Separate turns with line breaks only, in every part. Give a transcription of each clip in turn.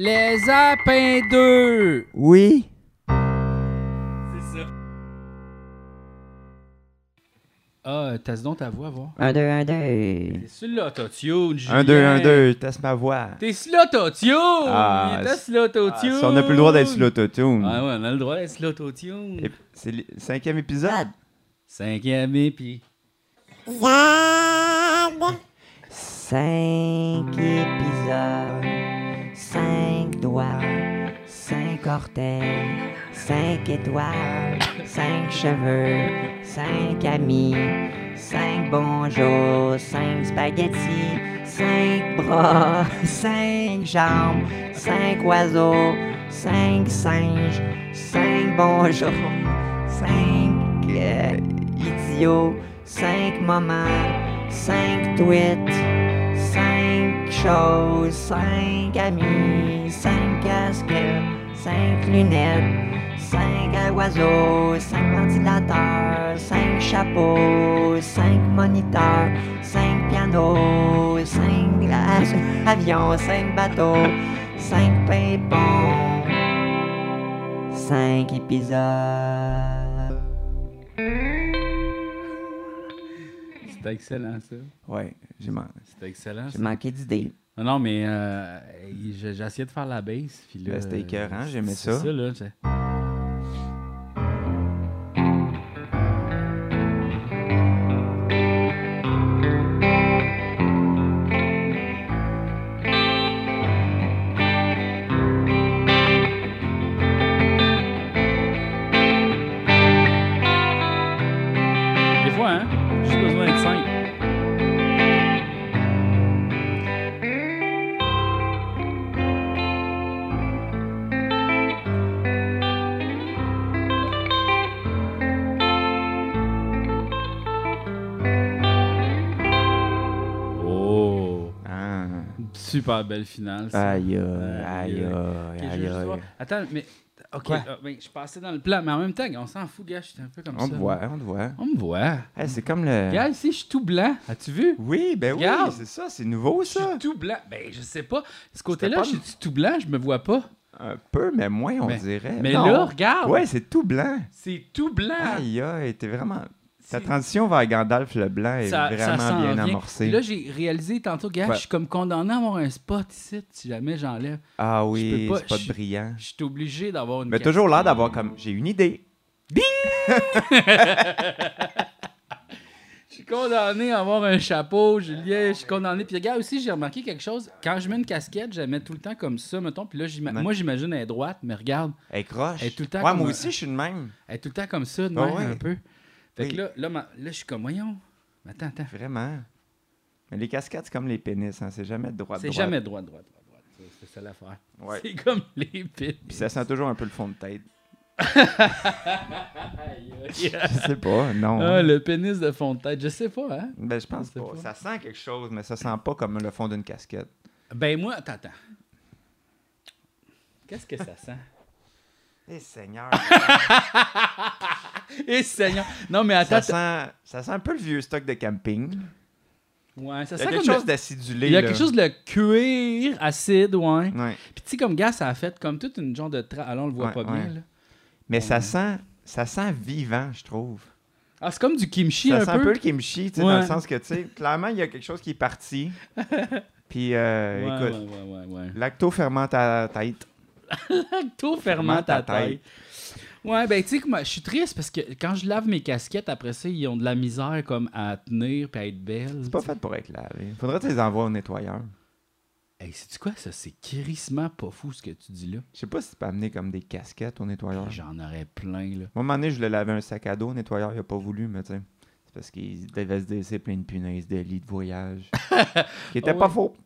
Les Apins 2!
Oui.
C'est ça. Ah, euh, teste donc ta voix, voir.
Un, deux, un, deux.
T'es sur l'autotune, Julien.
Un, deux, un, deux. Teste ma voix.
T'es sur l'autotune!
Ah,
T'es sur
Ah,
l'autotune!
si on n'a plus le droit d'être sur l'autotune.
Ah ouais, on a le droit d'être sur l'autotune.
Et- C'est le cinquième épisode.
Cinquième épi.
Cinq épisodes. Cinq doigts. Cinq orteils. Cinq étoiles. Cinq cheveux. Cinq amis. Cinq bonjours. Cinq spaghettis. Cinq bras. Cinq jambes. Cinq oiseaux. Cinq singes. Cinq bonjours. Cinq euh, idiots. Cinq moments. Cinq tweets. Cinq choses, cinq amis, cinq casquettes, cinq lunettes, cinq oiseaux, cinq ventilateurs, cinq chapeaux, cinq moniteurs, cinq pianos, cinq a- avions, cinq bateaux, cinq pimpons, cinq épisodes.
C'était excellent, ça.
Ouais, j'ai man-
C'était excellent.
j'ai
ça.
manqué d'idées.
Non, non, mais euh, j'ai- j'ai essayé de faire la base. Puis là,
Ben, c'était écœurant, j'aimais
c'est
ça.
ça là, c'est- Des fois, hein, j'ai besoin d'être simple. Oh,
Ah.
super belle finale. ça.
Aïe, aïe, aïe,
Ok, je veux
aïe.
juste voir.
aïe.
Attends, mais. Ok,
Quoi?
ah, ben, je passais dans le plan, mais en même temps, on s'en fout, gars, j'étais un peu comme
On
ça.
te voit, on te voit.
On me voit.
Hey, c'est comme le.
Gars, ici, je suis tout blanc. As-tu vu?
Oui, ben oui,
Regarde.
c'est ça, c'est nouveau
Je
ça.
suis tout blanc. Ben, je sais pas. Ce côté-là,
pas
je suis tout blanc, je me vois pas.
Un peu, mais moins, on
Mais-
dirait.
Mais
Eh Non.
là, regarde.
Ouais, c'est tout blanc.
C'est tout blanc.
Aïe, aïe, t'es vraiment. Ta
C'est-
transition vers Gandalf le blanc est
Ça- ça
vraiment
s'en
bien
vient.
amorcée.
Puis Là, j'ai réalisé tantôt, gars,
Ouais.
je suis comme condamné à avoir un spot ici, si jamais j'enlève.
ah oui,
peux pas-
c'est pas
je-
brillant.
Je suis obligé d'avoir une.
Mais
casquette.
toujours l'air d'avoir comme. J'ai une idée.
Je suis condamné à avoir un chapeau, Julien. Je suis condamné. Puis regarde aussi, j'ai remarqué quelque chose. Quand je mets une casquette, je la mets tout le temps comme ça, mettons. Puis là, j'ima-
Ouais.
moi, j'imagine elle est droite, mais regarde,
Elle croche.
Elle est tout le temps
ouais,
comme
moi
un-
aussi, je suis de même.
elle est tout le temps comme ça, de
Ah
même,
ouais.
un peu. Fait que
Oui.
là, là, ma- là, je suis comme, voyons. Attends, attends.
Vraiment. Mais les cascades, c'est comme les pénis, hein. c'est jamais de droite.
C'est
droite.
jamais droite, droite, droite, droite. C'est- C'est ça l'affaire.
Ouais.
C'est comme les piles.
Puis ça sent toujours un peu le fond de tête. Je sais pas, non.
Ah, le pénis de fond de tête, je sais pas, hein?
Ben, je pense
Je sais
pas.
pas.
Ça sent quelque chose, mais ça sent pas comme le fond d'une casquette.
Ben moi, attends, attends. Qu'est-ce que ça sent?
Eh, Seigneur.
Eh Seigneur! Non, mais attends.
ça, sent, ça sent un peu le vieux stock de camping.
Ouais, ça
Il
sent
y a
comme
quelque
le-
chose d'acidulé.
Il y a
là.
quelque chose de cuir acide, ouais.
Ouais.
Puis tu sais, comme gars, ça a fait comme toute une genre de... Tra... Ah là, on le voit
Ouais,
pas
ouais.
bien, là.
Mais ça sent, ça sent vivant, je trouve.
Ah, c'est comme du kimchi
Ça
un
sent
peu.
un peu le kimchi, tu sais, dans
Ouais.
le sens que, tu sais, clairement, il y a quelque chose qui est parti. Puis, euh,
ouais,
écoute,
ouais, ouais, ouais, ouais.
lacto fermente à la tête.
Tout ferment ta tête. Ouais, ben tu sais que moi, je suis triste parce que quand je lave mes casquettes, après ça, ils ont de la misère comme à tenir puis à être belles.
C'est pas fait pour être lavé. Faudrait que tu les envoies au nettoyeur.
Hey, c'est-tu quoi ça? C'est crissement pas fou ce que tu dis là.
Je sais pas si tu peux amener comme des casquettes au nettoyeur.
J'en aurais plein, là.
Moi, à un moment donné, je voulais laver un sac à dos. Le nettoyeur, il a pas voulu, mais tu sais, c'est parce qu'il devait se laisser plein de punaises de lit de voyage. qui était
Ah
pas
ouais.
faux.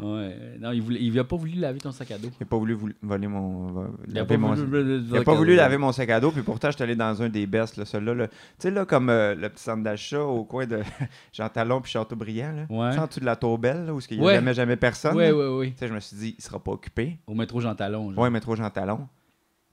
Ouais. Non, il, voulait, il a pas voulu laver ton sac à dos.
Il a pas voulu vou- voler mon. vo-
Il a
laver
pas
mon-
voulu,
il a pas voulu laver mon sac à dos, puis pourtant, j'étais allé dans un des best, là, celui-là. là. Tu sais, là, comme euh, le petit centre d'achat au coin de Jean-Talon puis Châteaubriand, là.
Ouais.
Tu sais, en dessous de la Tour Belle, là, où il n'y a
Ouais.
jamais, jamais personne.
Ouais,
là.
ouais, ouais.
Tu sais, je me suis dit, il sera pas occupé.
Au métro Jean Talon. genre.
Ouais, métro Jean-Talon.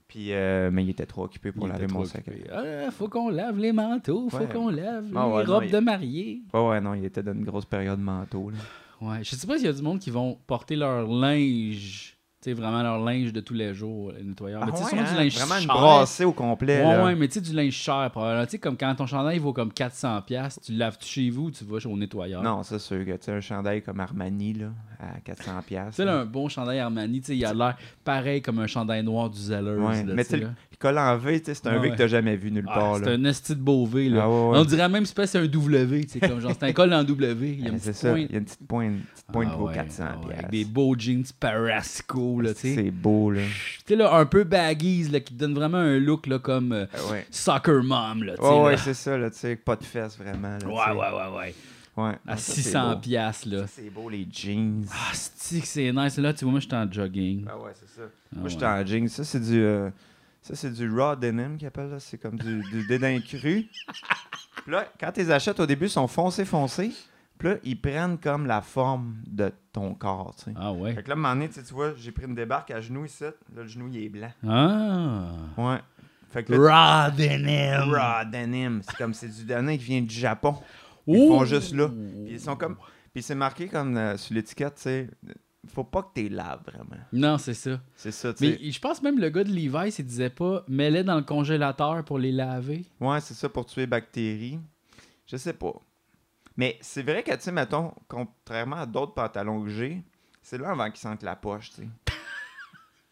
Puis, euh, mais il était trop occupé pour
Il
laver
était
mon
trop
sac à dos.
occupé. Ah, faut qu'on lave les manteaux, faut
Ouais.
qu'on lave
Ah
les
ouais, non,
robes
il-
de mariée.
Ouais, ouais, non, il était dans une grosse période manteau, là.
Ouais. Je sais pas s'il y a du monde qui vont porter leur linge, tu sais, vraiment leur linge de tous les jours, les nettoyeurs.
Ah
mais tu sais,
ouais,
sûrement
hein,
du linge
Vraiment une
cher.
brassée au complet.
Ouais,
là.
ouais, mais tu sais, du linge cher, probablement. Tu sais, comme quand ton chandail vaut comme 400$, piastres, tu le laves-tu chez vous ou tu vas au nettoyeur?
Non, c'est sûr que tu sais, un chandail comme Armani là, à 400
Tu sais, là, un bon chandail Armani, tu sais, il a l'air pareil comme un chandail noir du Zellers.
Ouais,
là,
mais
tu sais,
tu sais,
là.
le col en V, tu sais, c'est un
hein. Ouais,
V que
ouais.
t'as jamais vu nulle
Ah,
part.
c'est
là.
un esti de beau V, là.
Ah ouais, ouais.
On dirait même c'est pas c'est un W, tu sais, comme genre, c'est un col en W. Il y a
Ouais,
une
Eh, c'est
petite
ça.
pointe.
Il y a une petite pointe, une petite pointe
Ah
vaut
ouais,
400
ah ouais, Avec
piastres.
des beaux jeans Parasco, là, tu sais.
C'est beau, là.
Tu sais, là, un peu baggies, là, qui te donne vraiment un look, là, comme euh,
Ah Ouais,
soccer mom, là, tu sais.
Ouais,
là.
ouais, c'est ça, là, tu sais, pas de fesses vraiment.
ouais,
là, tu sais.
ouais, ouais, ouais.
Ouais.
À
Non, ça, Ah, c'est
600
beau.
piastres, là.
Ça, C'est beau, les jeans.
Ah, c'est que c'est nice. Là, tu vois, moi, je suis en jogging.
Ah ouais, c'est ça.
Ah
Moi, j'étais
ouais.
en jeans. Ça, c'est du. euh, ça, c'est du raw denim qu'ils appellent. là. C'est comme du, du dédain cru. Puis là, quand tu les achètes, au début, ils sont foncés, foncés. Puis là, ils prennent comme la forme de ton corps. tu sais.
Ah ouais.
Fait que là, à un moment donné, tu sais, tu vois, j'ai pris une débarque à genoux ici. Là, le genou, il est blanc.
Ah.
Ouais. Fait que là,
Raw denim.
raw denim. C'est comme c'est du denim qui vient du Japon. Ils le font juste là. Puis ils sont comme. Puis c'est marqué comme euh, sur l'étiquette, tu sais. Faut pas que t'es laves vraiment.
Non, c'est ça.
C'est ça, tu sais.
Mais je pense même le gars de Levi's, il disait pas « mets-les dans le congélateur pour les laver
Ouais, c'est ça pour tuer bactéries. Je sais pas. Mais c'est vrai que, tu sais, mettons, contrairement à d'autres pantalons que j'ai, c'est là avant qu'ils sentent la poche, tu sais.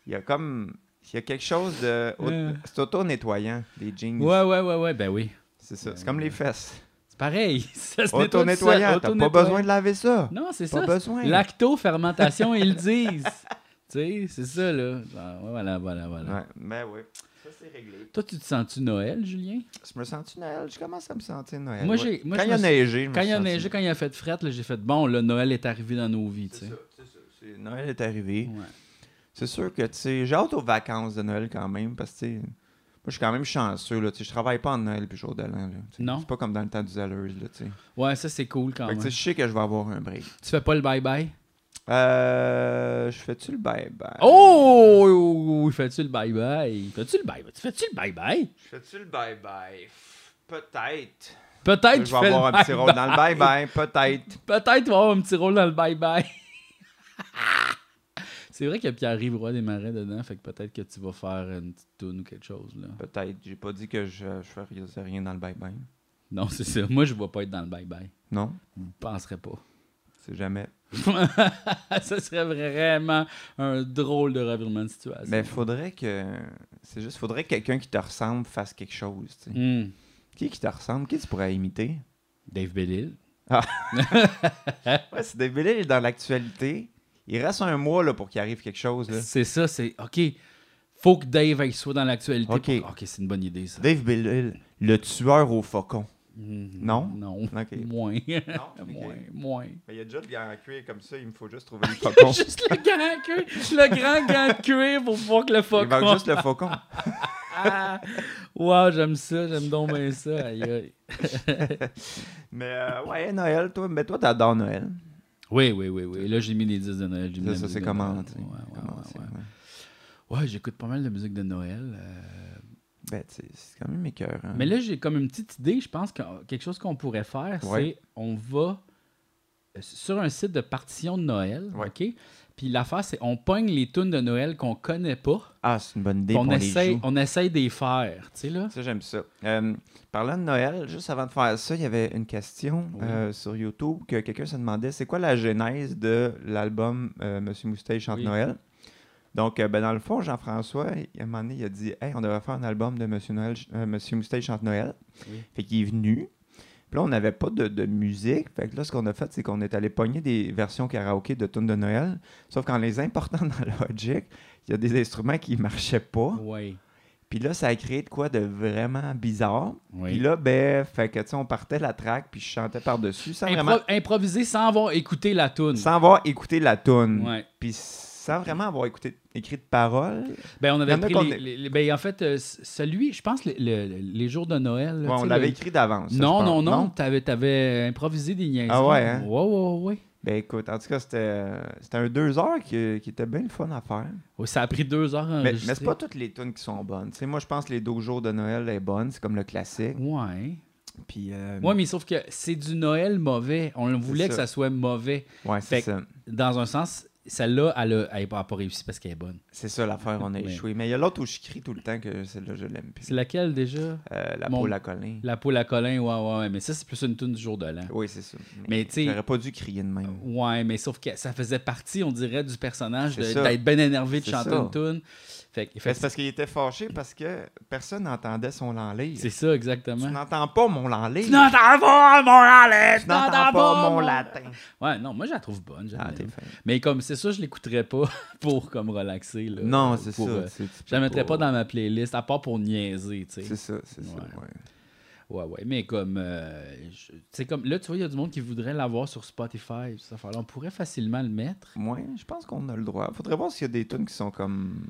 Il y a comme. Il y a quelque chose de. au-
Euh.
C'est auto-nettoyant, les ». jeans.
Ouais, ouais, ouais, ouais, ben oui.
C'est ça. C'est comme les fesses.
C'est pareil. Ça se nettoie tout
Auto-nettoyant.
seul,
T'as pas
auto-nettoyant.
besoin de laver ça.
Non, c'est ça.
Pas besoin.
Lacto-fermentation, ils le disent. tu sais, c'est ça, là. Ah, Voilà, voilà, voilà.
Ouais, ben oui. Ça, c'est réglé.
Toi, tu te sens-tu Noël, Julien?
Je me sens-tu Noël? Je commence à me sentir Noël.
Moi,
ouais.
j'ai- moi,
quand
je
il a
me-
neigé, je me
Quand
suis
il a
senti-
neigé, quand il a fait frette, là, j'ai fait bon, là, Noël est arrivé dans nos vies, tu
C'est
sais.
ça, c'est ça. C'est- Noël est arrivé.
Ouais.
C'est sûr que, tu sais, j'ai hâte aux vacances de Noël quand même, parce que, tu sais, moi, je suis quand même chanceux, là, tu sais, je travaille pas en Noël puis jour de l'an, là, tu sais.
Non. Ah,
C'est pas comme dans le temps du Zellers, là, tu sais.
Ouais, ça c'est cool quand
Fait que,
même.
tu sais, je sais que je vais avoir un break.
Tu fais pas le bye-bye?
Euh, je fais-tu le bye-bye?
Oh! oui, oui, Fais-tu le bye-bye? Fais-tu le bye-bye? Tu fais-tu le bye-bye?
Je fais-tu le bye-bye? Peut-être. Je
Peut-être
vais
tu fais
avoir
le
un petit rôle dans le
bye-bye.
bye-bye, peut-être.
Peut-être tu vas avoir un petit rôle dans le bye-bye. c'est vrai qu'il y a Pierre-Yves Roy des Marais dedans, fait que peut-être que tu vas faire une petite toune ou quelque chose, là.
Peut-être. J'ai pas dit que je, je faisais rien dans le bye-bye.
Non, c'est ça. Moi, je vais pas être dans le bye-bye.
Non,
Je penserais pas.
c'est jamais.
ça serait vraiment un drôle de revirement de situation.
Mais faudrait que. C'est juste, faudrait que quelqu'un qui te ressemble fasse quelque chose, tu sais.
Hmm.
Qui qui te ressemble? Qui tu pourrais imiter?
Dave Bellil.
Ouais, c'est débile, il est dans l'actualité. Il reste un mois là, pour qu'il arrive quelque chose. Là.
C'est ça, c'est OK. Faut que Dave il soit dans l'actualité.
OK.
pour- OK, c'est une bonne idée ça.
Dave Bellil, le tueur au faucon.
Mhm.
Non?
Non.
Ok.
Moins.
Non, ok.
moins, moins.
Il y a déjà le gars en cuir comme ça, il me faut juste trouver le faucon.
Juste le grand cuir, le grand gant de cuir pour voir que le
il manque
faucon.
juste le faucon.
Ah! Wow, j'aime ça, j'aime donc bien ça. aïe, aïe.
Mais euh, ouais, Noël, toi, mais toi, t'adores Noël.
Oui, oui, oui, oui. Là, j'ai mis les 10 de Noël. j'ai mis
Ça,
la
ça,
musique
c'est
de
comment?
Noël.
tu sais,
Ouais, ouais,
comment,
ouais,
c'est,
ouais.
ouais.
Ouais, j'écoute pas mal de musique de Noël. euh,
Ben, tu sais, c'est quand même écœurant.
Mais là, j'ai comme une petite idée. Je pense que euh, quelque chose qu'on pourrait faire,
Ouais.
c'est on va euh, sur un site de partition de Noël,
Ouais.
OK? Puis l'affaire, c'est on pogne les tunes de Noël qu'on connaît pas,
Ah, c'est une bonne idée.
puis on
puis on les
essaye,
joue.
on essaye d'y faire, tu sais, là.
Ça, j'aime ça. Euh, parlant de Noël, juste avant de faire ça, il y avait une question
Oui.
euh, sur YouTube que quelqu'un se demandait c'est quoi la genèse de l'album euh, Monsieur Moustache chante
Oui.
Noël Donc, euh, ben, dans le fond, Jean-François, il- à un moment donné, il a dit Hey, on devrait faire un album de Monsieur, Noël, euh, Monsieur Moustache chante Noël.
Oui.
Fait qu'il est venu. Puis là, on n'avait pas de, de musique. Fait que là, ce qu'on a fait, c'est qu'on est allé pogner des versions karaoké de tunes de Noël. Sauf qu'en les important dans Logic, il y a des instruments qui marchaient pas.
Oui.
Puis là, ça a créé de quoi de vraiment bizarre. Puis
oui.
là, ben, fait que, tu sais, on partait la track, puis je chantais par-dessus, sans
Impro-
vraiment...
Improviser sans avoir écouté la tune.
Sans avoir écouté la toune.
Ouais.
Puis sans vraiment avoir écouté, écrit de paroles.
Ben, on
Il
avait
y en a
pris
qu'on
les-
est-
les- les- ben, en fait, euh, c- celui, je pense, le- le- le- les jours de Noël. là, tu
Ouais,
sais,
on
le-
l'avait écrit d'avance. ça,
Non,
je
non,
pense.
non, t'avais, t'avais improvisé des niaiseries.
Ah ouais, hein?
Ouais, ouais, ouais.
Ben écoute, en tout cas, c'était euh, c'était un deux heures qui, qui était bien le fun à faire.
Ouais, Ça a pris deux heures à
Mais, mais
enregistrer.
c'est pas toutes les tunes qui sont bonnes. Tu sais, moi, je pense que les deux jours de Noël est bonne, c'est comme le classique.
Ouais.
Puis, euh,
Ouais, mais sauf que c'est du Noël mauvais. On voulait
ça.
que ça soit mauvais.
ouais, c'est
fait-
ça.
Dans un sens, celle-là, elle n'a pas, pas réussi parce qu'elle est bonne.
C'est ça l'affaire, on a
Mais-
échoué. Mais il y a l'autre où je crie tout le temps que celle-là, je l'aime. plus.
C'est laquelle déjà
Euh, la
Mon-
peau, la colline.
La poule à Colin, ouais, ouais, ouais. Mais ça, c'est plus une tune du jour de l'an.
Oui, c'est ça.
Mais tu sais-
J'aurais pas dû crier de même.
Ouais, mais sauf que ça faisait partie, on dirait, du personnage de-
C'est ça.
d'être bien énervé de
C'est
chanter
ça.
une tune. Fait que-
Mais
fait
C'est
que-
parce qu'il était fâché parce que personne n'entendait son lanlire.
c'est ça,
Tu
exactement.
n'entends pas mon lanlire.
Tu n'entends pas mon latin!
Tu n'entends pas mon latin.
Ouais, non, moi, je la trouve bonne. j'aime
Ah,
bien.
t'es fin.
mais comme, c'est ça, je l'écouterais pas pour comme relaxer. Là,
Non, c'est
Pour, euh,
ça. c'est- tu
Je la
peux
mettrais pas dans ma playlist, à part pour niaiser, tu sais.
C'est ça, c'est ça.
Ouais.
ouais.
Ouais, ouais, mais comme. euh, je- tu sais, comme. Là, tu vois, il y a du monde qui voudrait l'avoir sur Spotify. Ça fait, on pourrait facilement le mettre.
Moi, je pense qu'on a le droit. Faudrait voir s'il y a des tunes qui sont comme.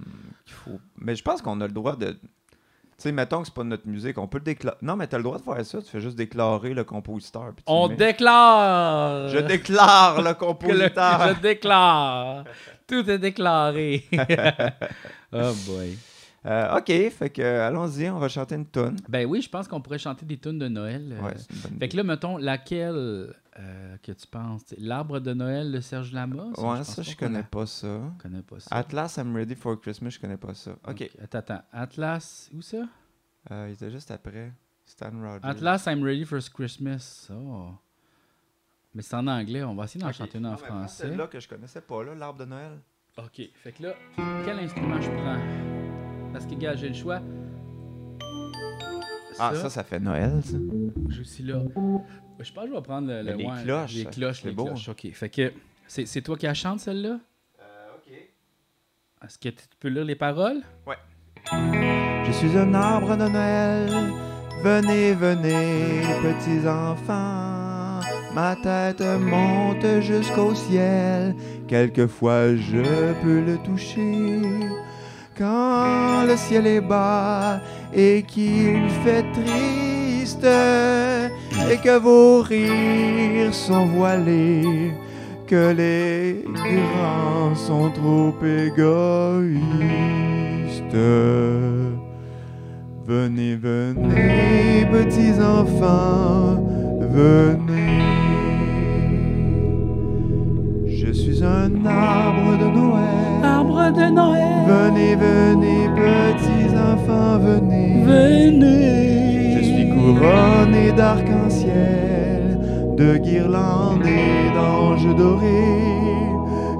qu'il faut- Mais je pense qu'on a le droit de. Tu sais, mettons que c'est pas notre musique, on peut le déclarer. Non, mais t'as le droit de faire ça. Tu fais juste déclarer le compositeur. puis tu
On
le mets.
déclare
Je déclare le
que le-
compositeur.
Je déclare Tout est déclaré Oh boy.
Euh, ok, fait que euh, allons-y, on va chanter une tune.
Ben oui, je pense qu'on pourrait chanter des tunes de Noël. euh.
Ouais, c'est une bonne
Fait
idée.
que là, mettons, laquelle euh, que tu penses t'sais, L'arbre de Noël de Serge Lama
ouais,
pense
ça,
pas
je
qu'on
connais
la-
pas ça.
connais pas ça.
Atlas, I'm ready for Christmas, je connais pas ça. Ok,
Donc, Attends, attends. Atlas, où ça
Euh, il était juste après. Stan Rogers.
Atlas, I'm ready for Christmas. Oh. Mais c'est en anglais, on va essayer d'en
Ok.
chanter une en
Non, mais prends
français.
Celle-là que je connaissais pas, là, l'arbre de Noël.
Ok, fait que là, quel instrument je prends Parce que, gars, j'ai le choix.
Ah, ça, ça fait Noël, ça.
J'ai aussi là. Je pense que je vais prendre le, le-
Les cloches,
Les cloches,
c'est
les
beau.
cloches. Ok, fait que c'est c'est toi qui la chante celle-là
Euh, ok.
Est-ce que tu peux lire les paroles
Je suis un arbre de Noël. Venez, venez, petits enfants. Ma tête monte jusqu'au ciel. Quelquefois je peux le toucher. Quand le ciel est bas et qu'il fait triste et que vos rires sont voilés, que les grands sont trop égoïstes. Venez, venez, petits enfants, venez. Je suis un arbre de Noël.
Arbre de Noël,
Venez, venez, petits enfants, venez.
venez.
Je suis couronné d'arc-en-ciel, de guirlandes et d'anges dorés.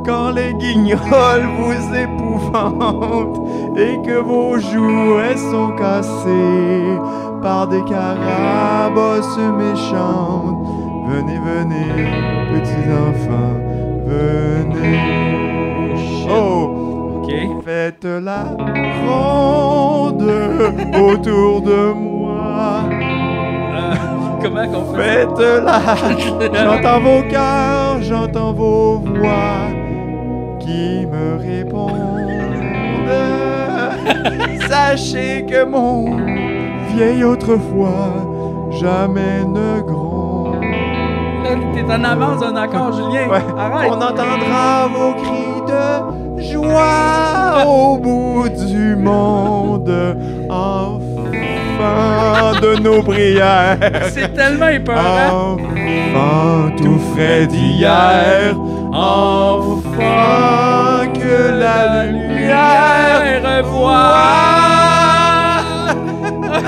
Quand les guignols vous épouvantent et que vos jouets sont cassés par des carabosses méchantes, venez, venez, petits enfants, venez. Oh!
Ok.
Faites la ronde autour de moi.
Euh, comment qu'on fait
Faites la. J'entends vos cœurs, j'entends vos voix qui me répondent. Sachez que mon vieil autrefois jamais ne gronde.
Là, T'es en avance d'un accord, Julien.
Ouais.
Arrête.
On entendra vos cris de joie au bout du monde, enfant de nos prières.
C'est tellement épeurant.
Enfant tout frais d'hier, enfant que la lumière
Lumière voix.
voit.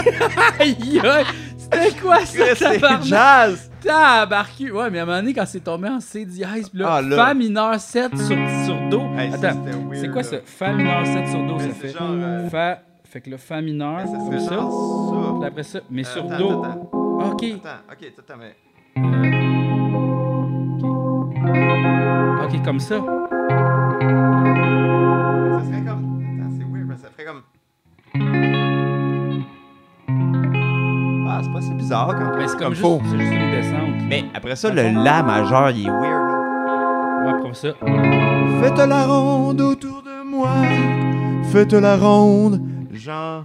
Aïe, aïe. C'était quoi ça, tabarnak?
jazz.
Tabarcu! Ouais, mais à un moment donné, quand c'est tombé en C dièse, pis là,
Ah, là.
Fa mineur 7 sur, sur Do. Attends, c'est quoi ça? Fa mineur 7 sur Do,
Mais
ça
c'est
fait.
genre, euh,
Fa. Fait que le Fa mineur, comme ça. Puis après ça, mais sur Do. Ok.
Attends, ok, attends, mais.
Euh, ok. Ok, comme ça.
Ça serait comme. Attends, c'est weird, mais ça ferait comme. Ah, c'est pas si bizarre quand
Mais c'est comme,
faux.
juste, c'est juste une descente.
Mais après ça,
Dans le
le
fond-
La majeur, il est weird.
Ouais, après ça.
Faites la ronde autour de moi. Faites la ronde. J'entends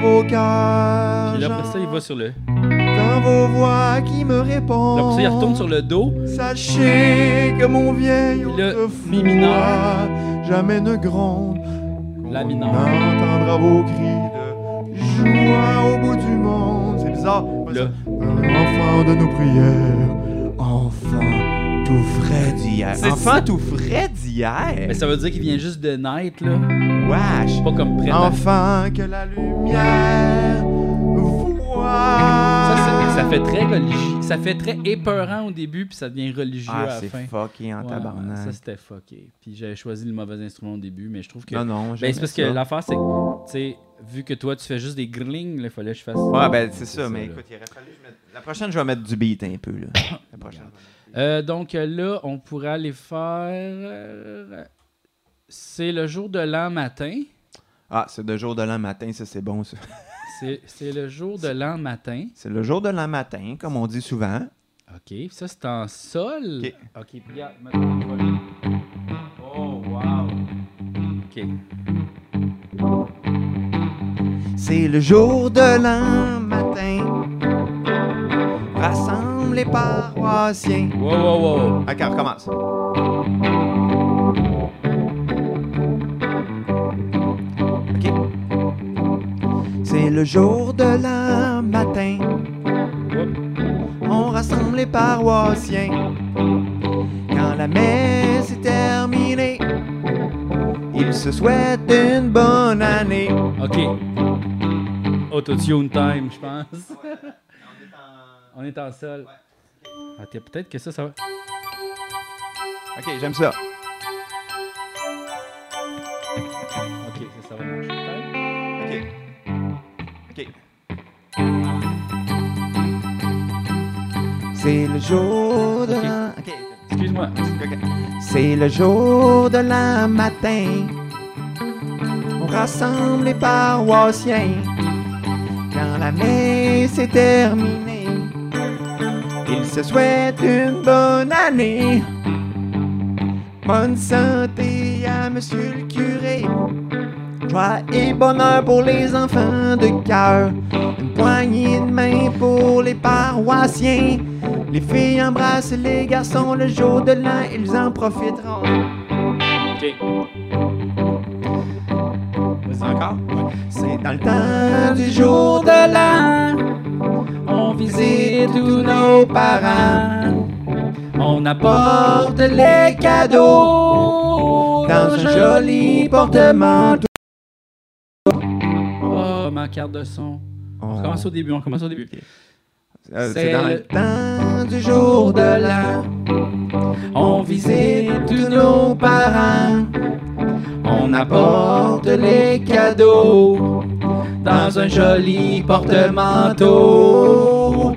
vos cœurs.
Puis là, après ça, il va sur le. Puis
J'entends vos voix qui me répondent.
là, après ça, il retourne sur le Do.
Sachez que mon vieil
Le
autrefois
mi mineur.
jamais ne gronde.
La
On
mineure.
entendra vos cris de joie au bout du monde. C'est bizarre. Moi,
Là.
Enfant de nos prières, enfant tout frais d'hier.
C'est
Enfant
ça.
tout frais d'hier.
Mais ça veut dire qu'il vient juste de naître, là.
Wesh.
Pas comme prêt. à-
Enfant que la lumière voit.
Ça, c'est- ça fait très religieux. Ça fait très épeurant au début, puis ça devient religieux
Ah,
à la
c'est
fin.
fucké en
Ouais,
tabarnak.
Ça, c'était fucké. Puis j'avais choisi le mauvais instrument au début, mais je trouve que.
non, non,
ben, c'est parce que
j'aimais ça.
l'affaire, c'est que, tu sais, vu que toi, tu fais juste des grillings, il fallait que je fasse.
Ouais, ben, c'est ça, mais
là.
écoute, il aurait fallu que je mette- La prochaine, je vais mettre du beat un peu, là. La prochaine.
Euh, donc euh, là, on pourrait aller faire. euh, C'est le jour de l'an matin.
Ah, c'est le jour de l'an matin, ça, c'est bon, ça.
C'est c'est le jour de l'an matin.
C'est le jour de l'an matin, comme on dit souvent.
OK, ça c'est en sol.
OK.
OK, puis regarde, maintenant on va aller. Oh, wow. OK.
C'est le jour de l'an matin. Rassemble les paroissiens.
Wow, wow, wow.
Ok, on recommence. Ok. C'est le jour de l'an matin. On rassemble les paroissiens. Quand la messe est terminée, ils se souhaitent une bonne année.
OK. Autotune time, je pense. on est en sol. Ah, t'es- peut-être que ça, ça va.
Ok, j'aime ça.
OK, ça, ça va marcher peut-être.
Ok. Ok. C'est le jour de
Ok.
l'an.
Excuse-moi.
C'est le jour de l'an matin. On rassemble les paroissiens. Quand la messe est terminée, ils se souhaitent une bonne année. Bonne santé à Monsieur le curé. Joie et bonheur pour les enfants de cœur. Une poignée de main pour les paroissiens. Les filles embrassent les garçons le jour de l'an, ils en profiteront.
OK. Vas-y.
Encore? C'est dans le temps du jour de l'an,
On
visite tous nos parents.
On
porte les cadeaux
cadeaux
dans un joli porte-manteau.
Oh, ma carte de son. On
Oh.
commence au début, on commence au début.
Euh, c'est dans le temps du jour de l'an,
On
on visite tous nos parents,
on
apporte les cadeaux
dans un joli porte-manteau.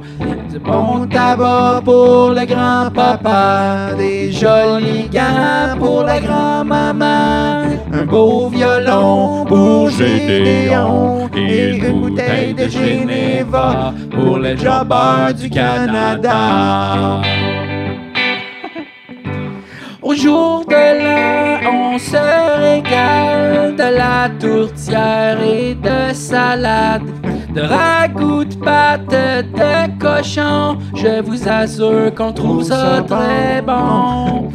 Du
bon
bon
tabac pour le grand-papa, des jolis gants pour la grand-maman, un beau violon pour Gédéon et une bouteille de Geneva pour les jobbers du Canada.
Au jour de l'an, on se régale de la tourtière et de salade, de ragoût de pâte de cochon. Je vous assure qu'on trouve ça très bon.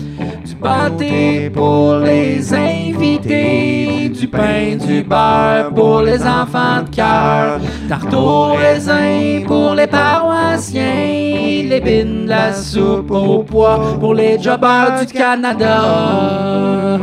Du pâté pour les invités, du pain, du beurre pour les enfants de cœur, tarte aux raisins pour les paroissiens, l'épine, de la soupe au pois pour les jobbers du Canada.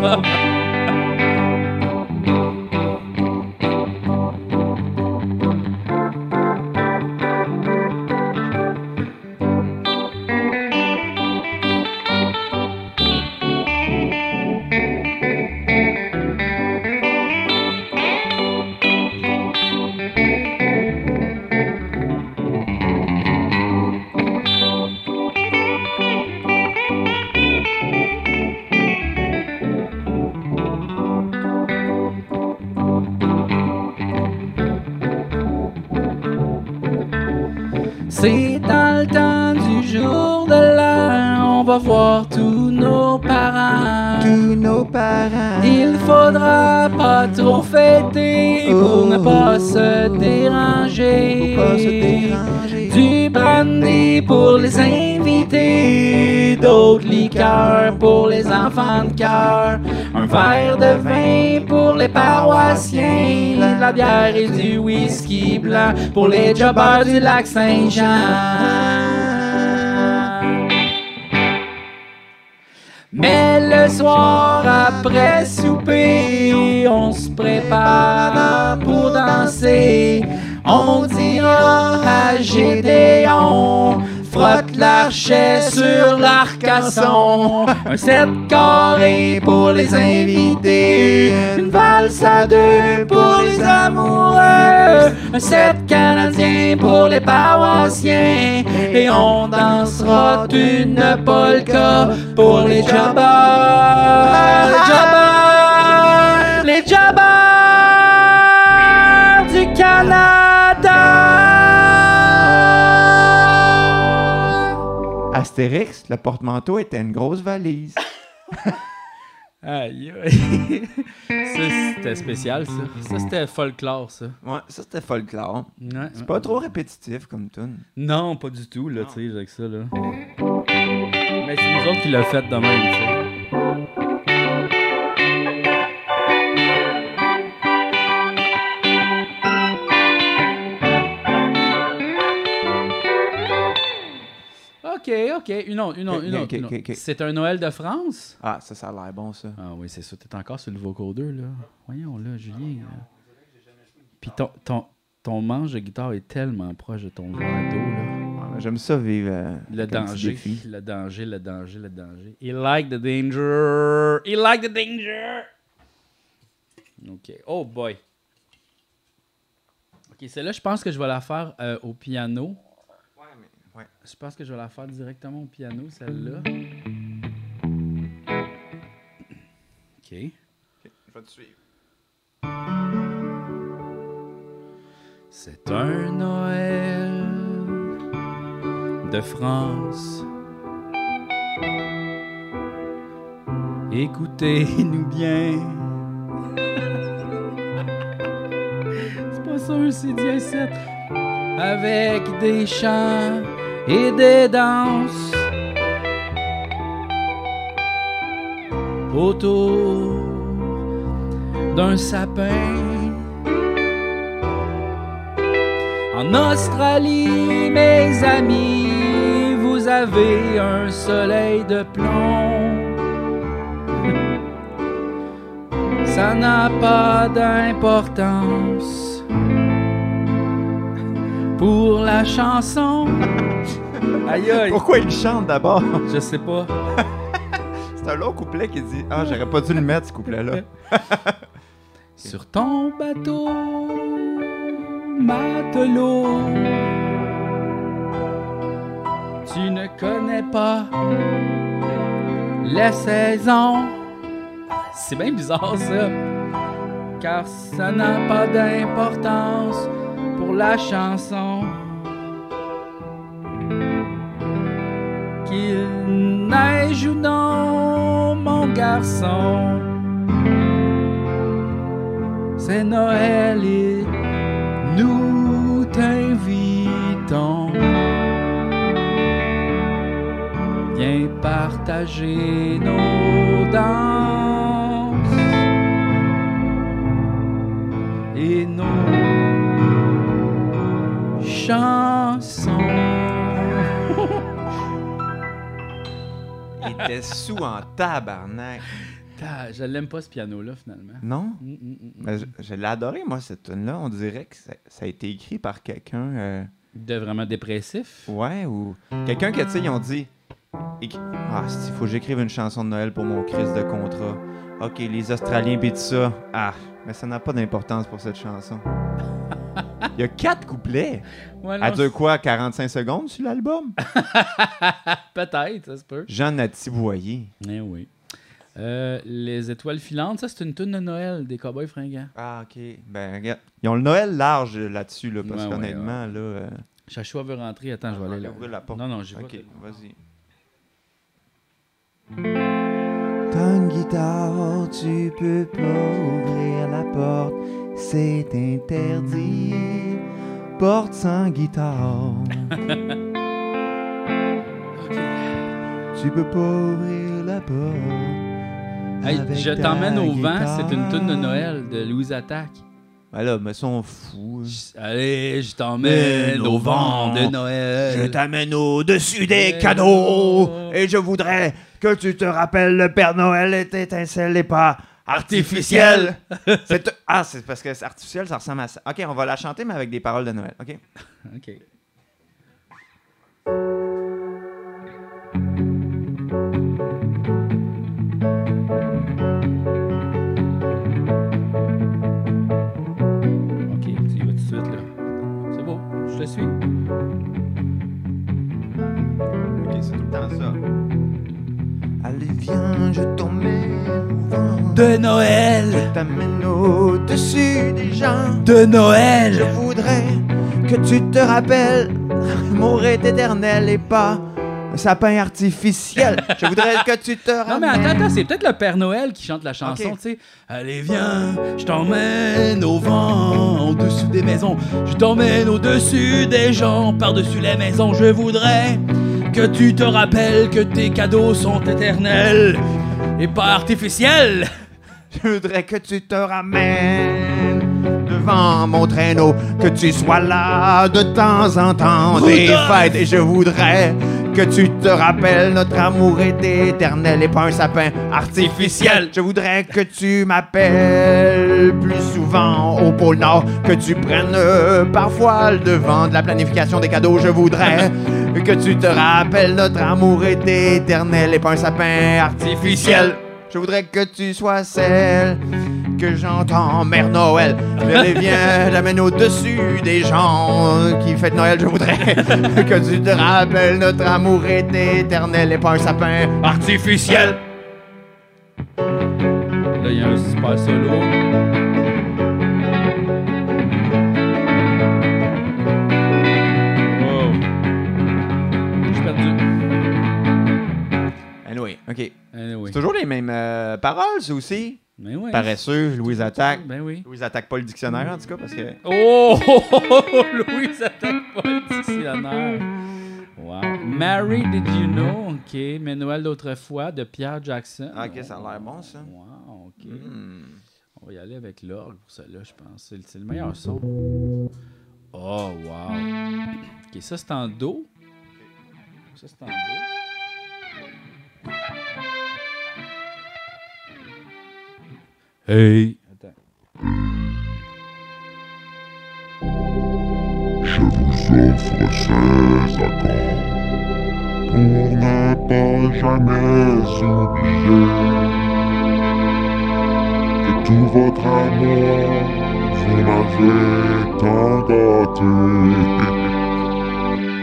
C'est dans le temps du jour de l'an, on va voir tous nos parents.
Tous nos parents.
Il faudra pas trop fêter pour ne pas se déranger.
Pour pas se déranger.
Du brandy pour les invités, d'autres liqueurs pour les enfants de cœur, un verre de vin pour les paroissiens, de la bière et du whisky blanc pour les jobbers du lac Saint-Jean. Mais le soir après souper, on se prépare pour danser. On dira à Gédéon, frotte l'archet sur l'arcasson. Un sept carré pour les invités, une valse à deux pour les amoureux. Un sept canadien pour les paroissiens, et on dansera une polka pour les jobbers, jobbers, les jobbers du Canada.
Astérix, le porte-manteau était une grosse valise.
Aïe, aïe. ça, c'était spécial, ça. Ça, c'était folklore, ça.
Ouais, ça c'était folklore.
Ouais.
C'est pas trop répétitif comme tune.
Non, pas du tout, là, tu sais, avec ça, là. Mais c'est nous autres qui l'a fait de même, tu sais. Ok, ok, une autre, une autre,
Ok,
une
ok,
autre. une
ok,
autre.
ok.
C'est un Noël de France?
Ah, ça, ça a l'air bon, ça.
Ah oui, c'est ça. T'es encore sur le Voco 2, là. Voyons, là, Julien. là. Puis ton, ton, ton manche de guitare est tellement proche de ton verre d'eau, là.
Ouais, J'aime ça vivre. euh,
Le
comme petit
danger,
défi.
le danger, le danger, le danger. He like the danger. He like the danger. OK. Oh boy. OK, celle-là, je pense que je vais la faire euh, au piano.
Ouais, mais- ouais.
Je pense que je vais la faire directement au piano, celle-là. OK.
Ok, je vais te suivre.
C'est un Noël de France. Écoutez-nous bien. C'est pas sûr, c'est diacète. Avec des chants et des danses autour d'un sapin en Australie, mes amis, vous avez un soleil de plomb. Ça n'a pas d'importance pour la chanson. Aïe aïe,
Pourquoi il chante d'abord?
je sais pas.
C'est un long couplet qui dit Ah, j'aurais pas dû le mettre, ce couplet-là.
Sur ton bateau, matelot, tu ne connais pas les saisons. C'est bien bizarre ça, car ça n'a pas d'importance pour la chanson. Qu'il neige ou non, mon garçon. C'est Noël et nous t'invitons. Viens partager nos danses et nos chansons.
Il était sous en tabarnak.
Ah, je l'aime pas ce piano-là finalement.
Non?
Mm, mm, mm, mm.
Mais je, je l'ai adoré, moi, cette tune-là. On dirait que ça, ça a été écrit par quelqu'un. euh,
De vraiment dépressif.
ouais, ou. Quelqu'un qui, tu sais, ils ont dit. écri- Ah, il faut que j'écrive une chanson de Noël pour mon crise de contrat. Ok, les Australiens pis tout ça. Ah, mais ça n'a pas d'importance pour cette chanson. Il y a quatre couplets.
Ouais,
À
non,
dure quoi, 45 secondes sur l'album?
Peut-être, ça se peut.
Jean Atiboyer.
Eh oui. Euh, les étoiles filantes, ça c'est une tune de Noël des cowboys fringants.
Ah, ok. Ben, regarde. Ils ont le Noël large euh, là-dessus, là, parce
Ouais, ouais,
qu'honnêtement, là. euh,
Chachoua veut rentrer, attends, je vais aller là.
Ouvrir la porte.
Non, non, j'ai
Ah, Ok,
pas.
vas-y. T'as une guitare, tu peux pas ouvrir la porte, c'est interdit. Porte sans guitare. tu peux pas ouvrir la porte
Hey,
Avec
je
ta
t'emmène au vent,
guitare.
c'est une toune de Noël de Louise Attaque.
Ben là, mais sont fous. hein.
Je- Allez, je t'emmène
Mais
au
au
vent
vent.
de Noël.
Je t'amène au-dessus des
Des
cadeaux
cadeaux.
et je voudrais que tu te rappelles le Père Noël est étincelle et pas artificiel. C'est- ah, c'est parce que c'est artificiel, ça ressemble à ça. Ok, on va la chanter, mais avec des paroles de Noël. Ok.
Ok. Ok, tu y vas tout de suite, là. C'est beau, je te suis.
Ok, c'est tout le temps ça. Allez, viens, je t'emmène au vent.
De Noël,
Je t'amène au-dessus des gens.
de
Je
Noël,
voudrais que tu te rappelles l'amour est éternel et pas un sapin artificiel. Je voudrais que tu te
Non, mais
rappelles.
attends, attends, c'est peut-être le Père Noël qui chante la chanson,
Ah, Ok.
tu sais. Allez, viens, je t'emmène au vent, au-dessus des maisons. Je t'emmène au-dessus des gens, par-dessus les maisons. Je voudrais que tu te rappelles que tes cadeaux sont éternels et pas artificiels.
Je voudrais que tu te ramènes devant mon traîneau, que tu sois là de temps en temps des
Rudolph!
fêtes. Et je voudrais que tu te rappelles notre amour est éternel et pas un sapin artificiel. Je voudrais que tu m'appelles plus souvent au pôle Nord, que tu prennes euh, parfois le devant de la planification des cadeaux. Je voudrais que tu te rappelles notre amour est éternel et pas un sapin artificiel. Je voudrais que tu sois celle que j'entends, Mère Noël. Je viens, j'amène au-dessus des gens qui fêtent Noël. Je voudrais que tu te rappelles notre amour est éternel et pas un sapin artificiel.
Là, il y a un super solo. Wow. Je suis perdu.
Anyway, OK.
Anyway.
C'est toujours les mêmes euh, paroles, ça aussi.
Mais ouais.
Paresseux, Louise attaque.
Ben oui.
Louise attaque pas le dictionnaire, en tout cas, parce que...
Oh, oh, oh, oh, oh, Louise attaque pas le dictionnaire. Wow. Mary, did you know? OK. Mais Noël d'autrefois de Pierre Jackson.
Ah, OK, ça a l'air bon, ça.
Wow, OK.
Hmm.
On va y aller avec l'orgue pour celle-là, je pense. C'est le- C'est le meilleur son. Oh, wow. OK, ça, c'est en Do. Ça, c'est en Do. Hey. Attends.
Je vous offre 16 accords pour ne pas jamais oublier que tout votre amour, vous m'avez tant gâté.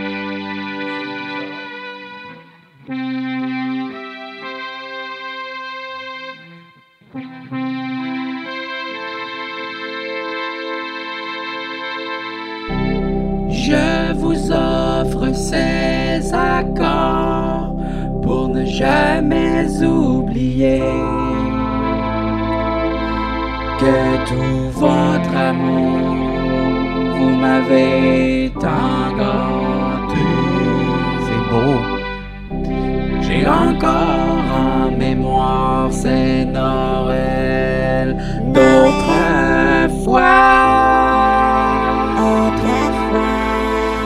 Je vous offre ces accords pour ne jamais oublier que tout votre amour vous m'avez tant gâté.
C'est beau.
J'ai encore en mémoire ces Noël d'autrefois.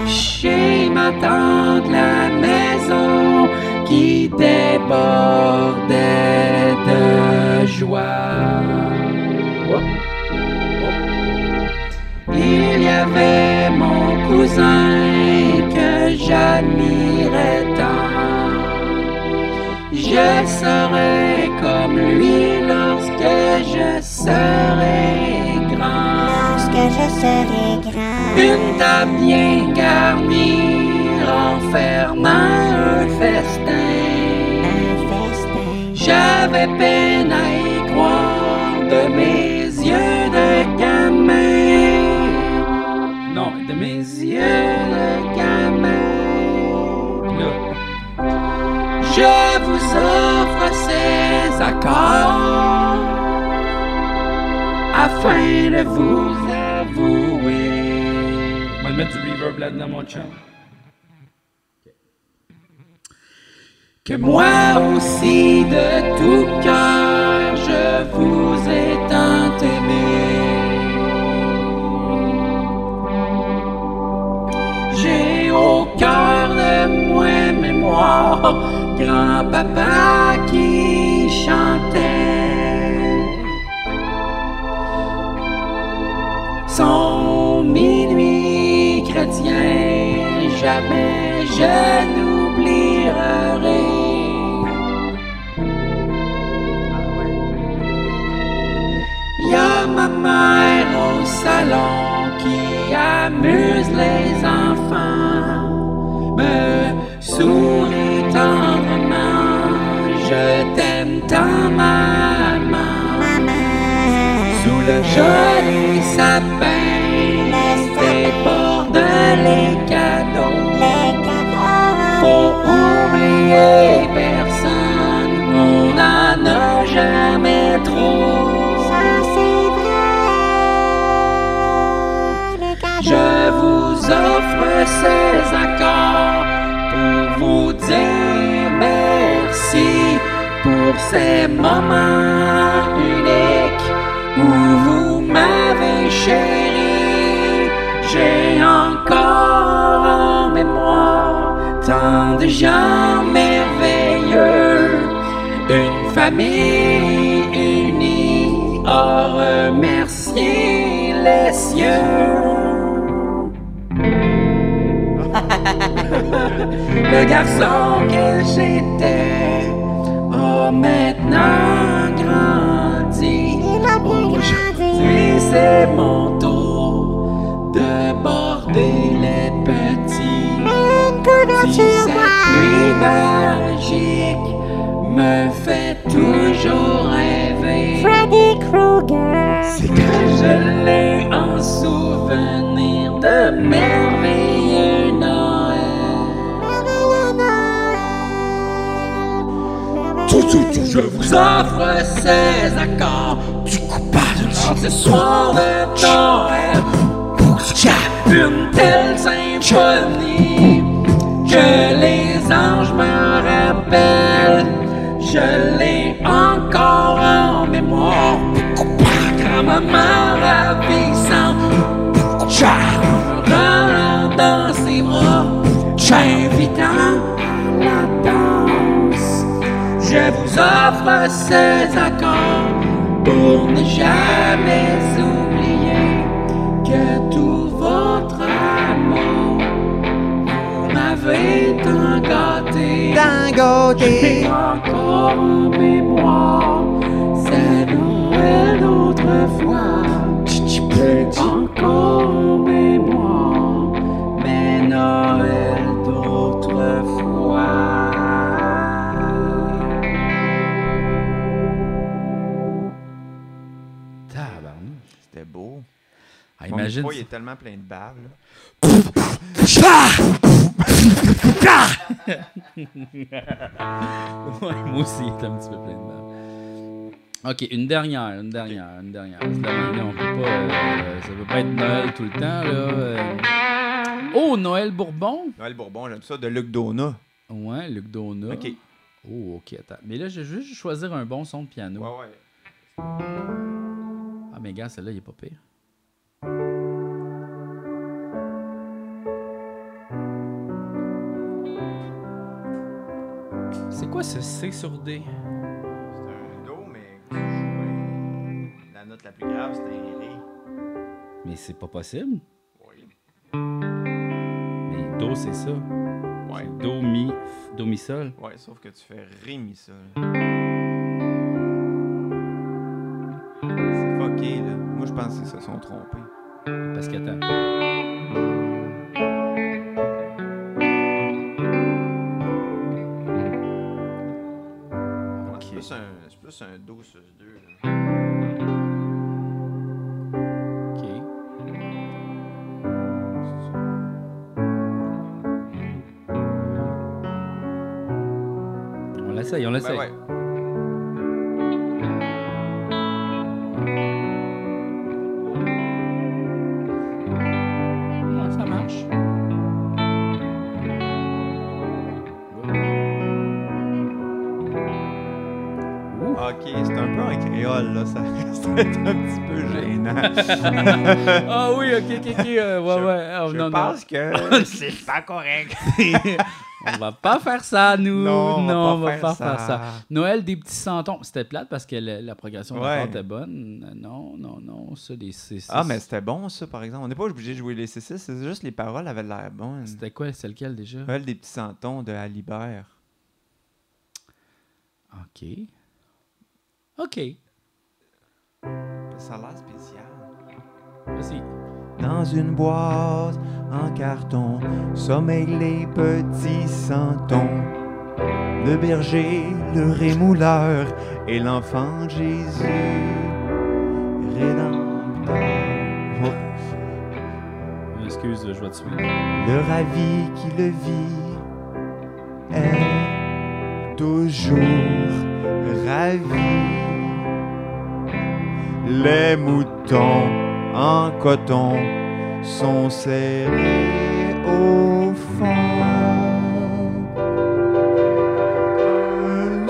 Chez ma tante, la maison qui débordait de joie. Hop, hop. Il y avait mon cousin que j'admirais tant. Je serai comme lui lorsque je serai grand.
Lorsque je serai grand,
Une table bien garnie renfermant un festin.
un festin,
J'avais peine à y croire de mes yeux de gamin. Non, de mes yeux de gamin. Je vous offre ces accords afin de vous avouer. On va mettre du reverb là-dedans, mon chum. Que moi aussi de tout cœur
je vous ai tant aimé. J'ai au cœur de moi mémoire grand-papa qui chantait. Son minuit chrétien, jamais je n'oublierai. Ah Y a ma mère au salon qui amuse les enfants, me sourit tendrement. Je t'aime tant, maman.
maman.
Sous le joli sapin, c'est pour de les cadeaux.
Les cadeaux.
Faut oublier personne, on n'en a jamais trop.
Ça, c'est vrai. Les cadeaux.
Je vous offre ces accords pour vous dire merci pour ces moments uniques où vous m'avez chéri. J'ai encore en mémoire tant de gens merveilleux, une famille unie à remercier les cieux. Le garçon que j'étais a maintenant grandi.
Il a bien grandi.
Aujourd'hui, c'est mon tour de border les petits.
Une couleur
Si
sur
cette
moi.
nuit magique me fait toujours rêver,
Freddy Krueger.
c'est que je l'ai en souvenir de merveilleux Noël.
Merveilleux Noël.
Tout, tout, tout, je vous offre ces accords du coupage. En ce soir de Noël, une telle symphonie que les anges me rappellent. Je l'ai encore en mémoire. Quand ma mère ravissante me rend dans ses bras, j'invitant la danse. Je vous offre ces accords pour ne jamais oublier que tout votre amour vous m'avez tant gâté. J'ai encore en mémoire c'est Noël d'autrefois. J'ai encore en mémoire mes Noël d'autrefois.
Tabarnak.
C'était beau.
Ah,
Mon
imagine.
micro, il est tellement plein de bave. là.
Ouais, moi aussi, il est un petit peu plein de merde. Ok, une dernière, une dernière, une dernière. Parce que la journée, on peut pas, euh, ça peut pas être Noël tout le temps, là. euh. Oh, Noël Bourbon?
Noël Bourbon, j'aime ça, de Luc Dona.
Ah, Ouais, Luc Dona.
Ok.
Oh, ok, attends. Mais là, je vais juste choisir un bon son de piano.
Ouais, ouais.
Ah, mais gars, celle-là, il est pas pire. C'est quoi ce C sur D?
C'est un Do, mais que tu jouais. la note la plus grave, c'était un Ré.
Mais c'est pas possible.
Oui.
Mais Do, c'est ça.
Ouais.
Do, mi, f- do, mi, sol.
Ouais, sauf que tu fais Ré mi sol. C'est fucké, là. Moi, je pense qu'ils se sont trompés.
Parce que attends.
Ouais, C'est plus un, c'est plus un Do sur ce deux. là.
Ok. On l'essaye, on l'essaye.
Ben ouais.
Ouais, ça marche.
Ok, c'est un peu peu en créole, là. Ça reste un petit peu gênant.
Ah oui, ok, ok, ok. euh, ouais,
Je-
ouais. oh,
Je
non, non.
pense que c'est pas correct.
on va pas faire ça, nous.
non,
Non,
on va pas faire, ça.
Noël des petits santons. C'était plate parce que la, la progression de
Ouais.
la était bonne. Non, non, non. Ça, les C6.
Ah, mais c'était bon, ça, par exemple. On n'est pas obligé de jouer les C6, c'est juste les paroles avaient l'air bonnes.
C'était quoi, c'est lequel déjà?
Noël des petits santons de Alibert.
Ok. Ok.
Ça a l'air spécial.
Vas-y.
Dans une boîte en carton sommeillent les petits santons. Le berger, le rémouleur et l'enfant Jésus. Rédempteur. Oh.
Excuse, je vais te suivre.
Le ravi qui le vit est toujours ravi. Les moutons en coton sont serrés au fond. Un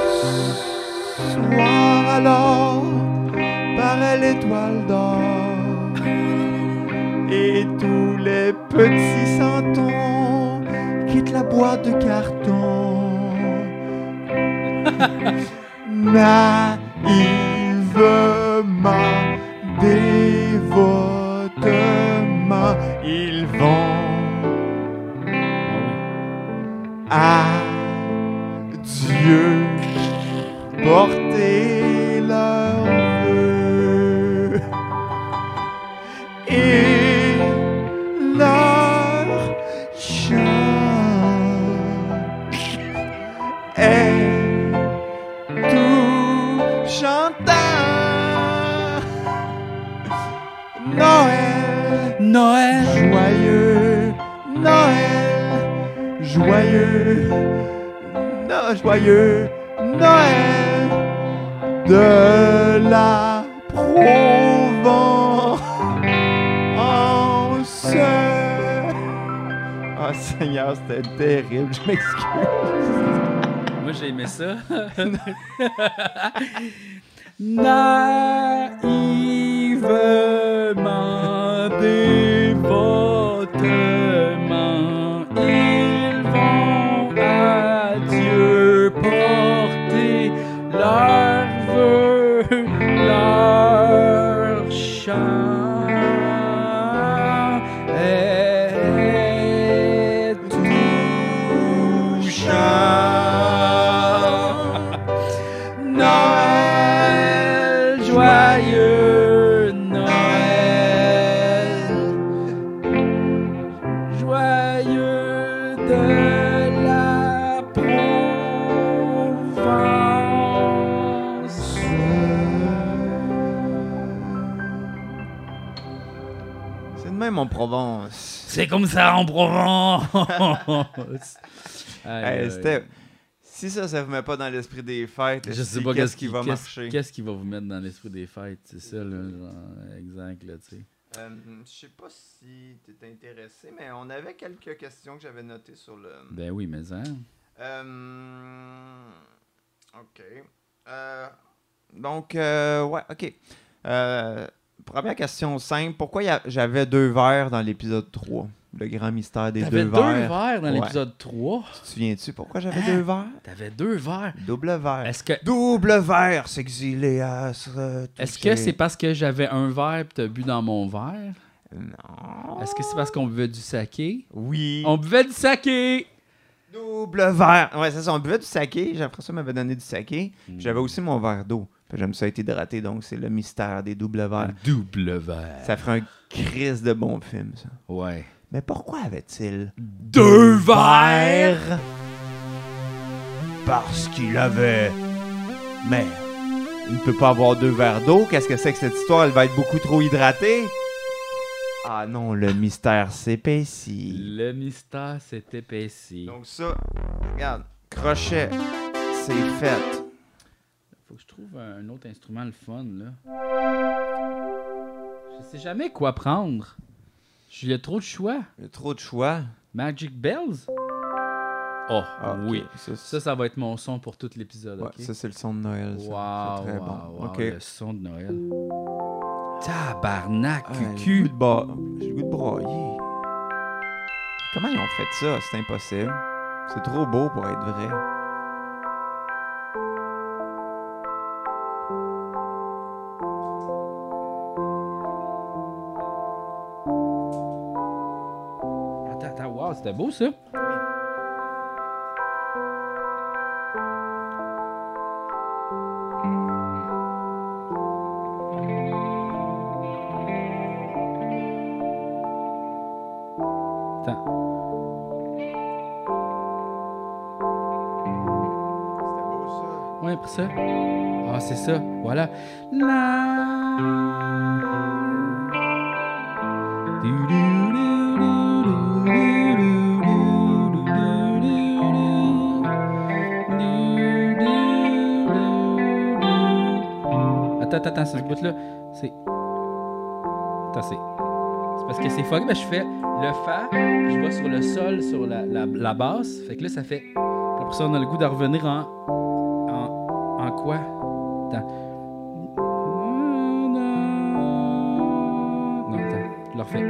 soir alors, par l'étoile d'or, et tous les petits santons quittent la boîte de carton. Naïvement, dévotement, ils vont à Dieu porter leur vœu et leur chant est tout chantant. Noël,
Noël!
joyeux, Noël, joyeux, no- joyeux, Noël de la Provence. Oh Seigneur, c'était terrible, je m'excuse.
Moi, j'ai aimé ça. Naïvement, dévotement, ils vont à Dieu porter leur vœu, leur chant. est touchant. Noël joyeux, Noël joyeux de la Provence.
C'est de même en Provence.
C'est comme ça en Provence.
Hey,
Aïe, aïe.
c'était- Si ça, ça vous met pas dans l'esprit des fêtes,
Je sais
esti,
pas
qu'est-ce qui va
qu'est-ce-
marcher.
Qu'est-ce qui va vous mettre dans l'esprit des fêtes, c'est ça, là, genre, exact, là, tu sais.
Euh, je sais pas si tu es intéressé, mais on avait quelques questions que j'avais notées sur le.
Ben oui, mais hein.
Euh, ok. Euh, donc, euh, ouais, ok. Euh, première question simple. Pourquoi y a- j'avais deux verres dans l'épisode 3 Le grand mystère des
T'avais
deux,
deux
verres.
verres dans
Ouais.
l'épisode 3.
Tu te souviens-tu pourquoi j'avais
Hein?
deux verres
T'avais deux verres.
Double verre.
Est-ce que
Double verre s'exiler à se
est-ce
toucher.
que c'est parce que j'avais un verre pis t'as bu dans mon verre?
Non.
Est-ce que c'est parce qu'on buvait du saké?
Oui.
On buvait du saké!
Double verre. Ouais, c'est ça. On buvait du saké. Jean-François m'avait donné du saké. Puis
Hmm.
J'avais aussi mon verre d'eau. Puis J'aime ça être hydraté, donc c'est le mystère des doubles verres.
Double verre.
Ça ferait un crise de bon film, ça.
Ouais.
Mais pourquoi avait-il
Deux verres!
Parce qu'il avait. Mais il ne peut pas avoir deux verres d'eau. Qu'est-ce que c'est que cette histoire Elle va être beaucoup trop hydratée. Ah non, le mystère s'épaissit.
Le mystère s'est épaissi.
Donc ça, regarde, crochet, c'est fait.
Faut que je trouve un autre instrument le fun, là. Je sais jamais quoi prendre. Il y a trop de choix.
Il y a trop de choix.
Magic Bells? Oh,
Ah, ok.
oui.
Ça,
Ça, ça va être mon son pour tout l'épisode.
ouais,
ok?
ça, c'est le son de Noël. ça. C'est
Wow,
très
wow,
bon.
wow,
Ok.
le son de Noël. Tabarnak,
Ah, J'ai le goût
cucu.
de bra- j'ai le goût de brailler. Comment ils ont fait ça? C'est impossible. C'est trop beau pour être vrai.
Attends, attends, wow, c'était beau ça. Attends,
C'était beau
ouais, après ça. Ah, c'est ça, voilà. La... Attends, attends, attends, ce bout-là, c'est... Attends, c'est... C'est parce que c'est fuck, mais je fais le Fa, puis je vais sur le Sol, sur la, la, la basse, fait que là, ça fait... Après ça, on a le goût d'en revenir en... En, en quoi? Attends. Non, attends, je le refais.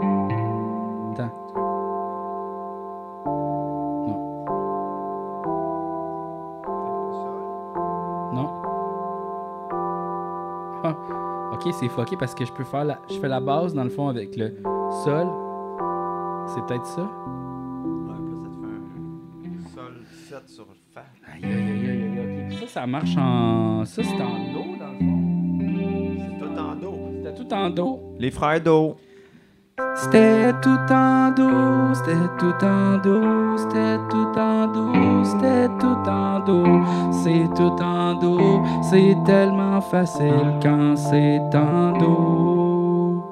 Attends. Non. Non. Ah, ok, c'est fucké parce que je peux faire la... Je fais la base dans le fond avec le sol. C'est peut-être ça?
ça. Ouais, là, ça te fait un sol 7 sur le fa.
Aïe, aïe, aïe, aïe, aïe, aïe. Puis Ça, ça marche en... Ça, c'est en do, dans le fond.
C'est tout en dos.
C'était tout en do.
Les frères d'eau.
C'était tout en do, c'était tout en do, c'était tout en do, c'était tout en do, c'est tout en do, c'est tellement facile quand c'est en do.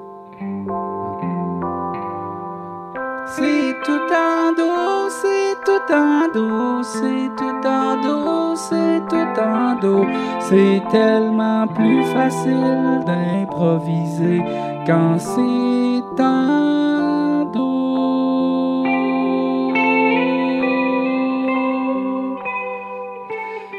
C'est tout en do, c'est tout en do, c'est tout en do, c'est tout en do, c'est tellement plus facile d'improviser quand c'est un dos.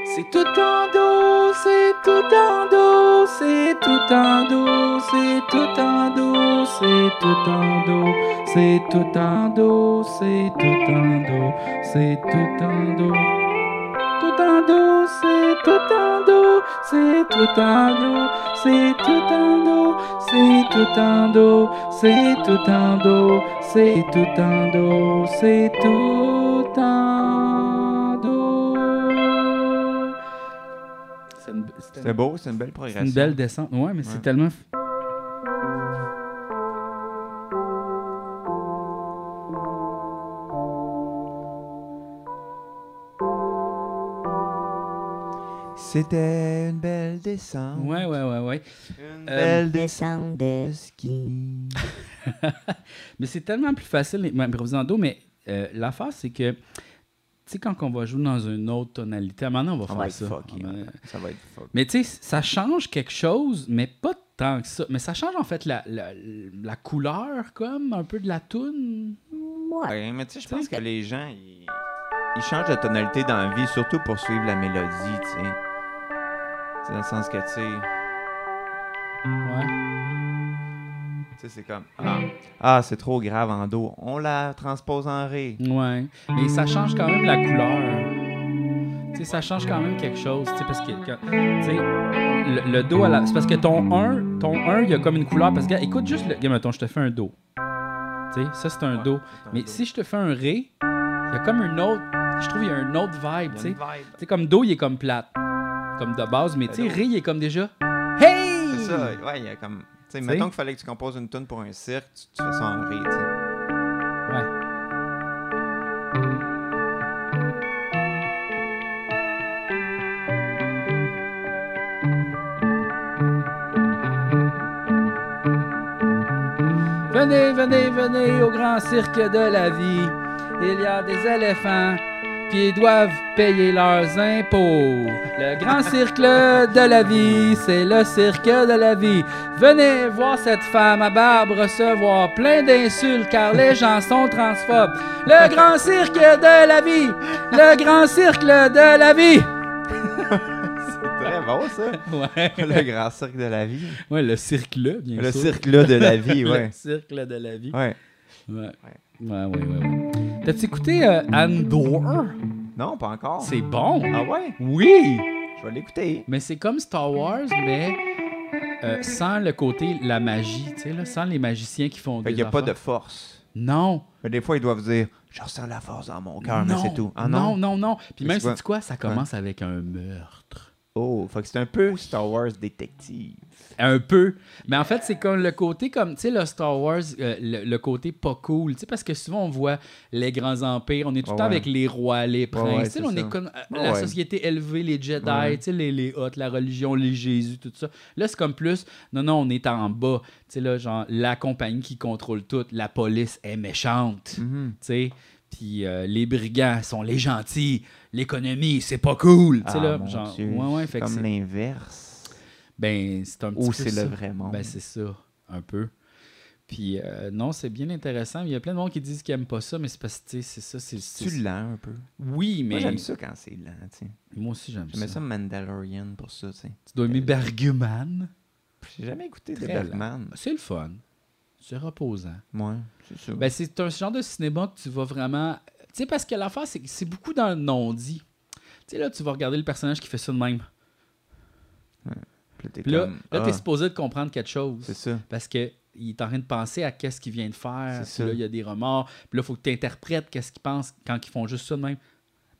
C'est tout un dos, c'est tout un dos, c'est tout un dos, c'est tout un dos, c'est tout un dos, c'est tout un dos, c'est tout un dos, c'est tout un dos. Tout un dos, c'est tout un dos, c'est tout un dos, c'est tout un dos, c'est tout un dos, c'est tout un dos, c'est tout un dos, c'est tout un dos. C'est une, c'est
C'était
une-
beau, c'est une belle
c'est
progression.
une belle descente, ouais, mais c'est
Ouais.
tellement. f-
C'était une belle descente.
Ouais, ouais, ouais, ouais.
Une
Euh,
belle
Descendre
descente
de
de ski.
Mais c'est tellement plus facile d'improviser en do, mais euh, l'affaire, c'est que, tu sais, quand on va jouer dans une autre tonalité, maintenant, on va
On
faire
va être
ça.
fucké.
Ah, ben,
ouais. Ça va être fuck.
Mais tu sais, ça change quelque chose, mais pas tant que ça. Mais ça change en fait la, la, la couleur, comme, un peu de la toune.
Moi.
Ouais, mais tu sais, je
Tu sais,
pense que
que-
les gens, ils, ils changent de tonalité dans la vie, surtout pour suivre la mélodie, tu sais. C'est dans le sens que, tu sais,
Ouais.
tu sais, c'est comme, ah, ah, c'est trop grave en do. On la transpose en ré.
Ouais. Mais ça change quand même la couleur. Tu sais, ça change quand même quelque chose, tu sais, parce que, quand- tu sais, le, le do, à la- c'est parce que ton 1, ton 1, il y a comme une couleur, parce que, regarde, écoute juste, le, regarde, mettons, je te fais un do. Tu sais, ça, c'est un do. Mais si je te fais un ré, il y a comme une autre, je trouve, il y a une autre vibe, tu sais. Tu sais, comme do, il est comme plate, comme de base, mais tu sais,
Ben, do.
ré, il est comme déjà, hey!
C'est ça, ouais, il y a comme, tu sais,
Tu
mettons
sais.
qu'il fallait que tu composes une tune pour un cirque, tu, tu fais ça en ré, tu sais.
Ouais. Venez, venez, venez au grand cirque de la vie. Il y a des éléphants,
puis doivent payer leurs impôts. Le grand cirque de la vie, c'est le cirque de la vie. Venez voir cette femme à barbe recevoir plein d'insultes car les gens sont transphobes. Le grand cirque de la vie, le grand cirque de la vie.
Très bon, ça.
Ouais.
Le grand cirque de la vie.
Ouais, le cirque-le, bien
Le
sûr.
cirque-là de la vie, ouais.
Le cirque-le de la vie.
Ouais.
Ouais. Ouais, ouais, ouais. ouais. T'as-tu écouté euh, Andor?
Non, pas encore.
C'est bon.
Ah ouais?
Oui!
Je vais l'écouter.
Mais c'est comme Star Wars, mais euh, sans le côté la magie, tu sais, là, sans les magiciens qui font des
Fait qu'il n'y a pas de
affaires.
force.
Non!
Mais des fois, ils doivent dire Je ressens la force dans mon cœur, mais
non,
c'est tout. Ah
non, non,
non?
non. Puis
Mais
même,
c'est quoi?
c'est quoi? Ça commence avec un meurtre.
Oh, fait que c'est un peu Star Wars détective.
Un peu. Mais en fait, c'est comme le côté, comme, tu sais, le Star Wars, euh, le, le côté pas cool. Tu sais, parce que souvent, on voit les grands empires, on est tout le
Ouais,
temps
Ah ouais. Ah
avec les rois, les princes.
ouais,
tu sais,
c'est
là, on
ça.
est comme euh,
Ouais,
la
ouais.
société élevée, les Jedi,
Ouais.
tu sais, les, les Hoth, la religion, les Jésus, tout ça. Là, c'est comme plus, non, non, on est en bas. Tu sais, là, genre, la compagnie qui contrôle tout, la police est méchante.
Mhm.
Tu sais, puis euh, les brigands sont les gentils. L'économie, c'est pas cool. Tu sais,
Ah,
là,
mon
genre,
Dieu,
ouais, ouais,
c'est
fait que
comme
c'est-
l'inverse.
ben, c'est un petit
Ou
peu
c'est
ça.
le vrai monde.
Ben, c'est ça, un peu. Puis, euh, non, c'est bien intéressant. Il y a plein de monde qui disent qu'ils n'aiment pas ça, mais c'est parce que, tu sais, c'est ça. C'est, c'est-
tu lent un peu.
Oui, mais.
Moi, j'aime ça quand c'est lent, tu sais.
Moi aussi, j'aime ça.
J'aimais ça Mandalorian pour ça, tu sais.
Tu dois aimer Bergman.
J'ai jamais écouté de
Très lent.
Batman.
C'est le fun. C'est reposant.
Ouais, c'est ça.
Ben, c'est un genre de cinéma que tu vas vraiment. Tu sais, parce que l'affaire, c'est que c'est beaucoup dans le non-dit. Tu sais, là, tu vas regarder le personnage qui fait ça de même.
Puis là, t'es
Puis là,
comme,
là
ah,
t'es supposé de comprendre quelque chose.
c'est ça.
parce que il est en train de penser à qu'est-ce qu'il vient de faire. Puis
C'est ça.
là, il y a des remords. Puis là, il faut que tu interprètes qu'est-ce qu'ils pensent quand ils font juste ça de même.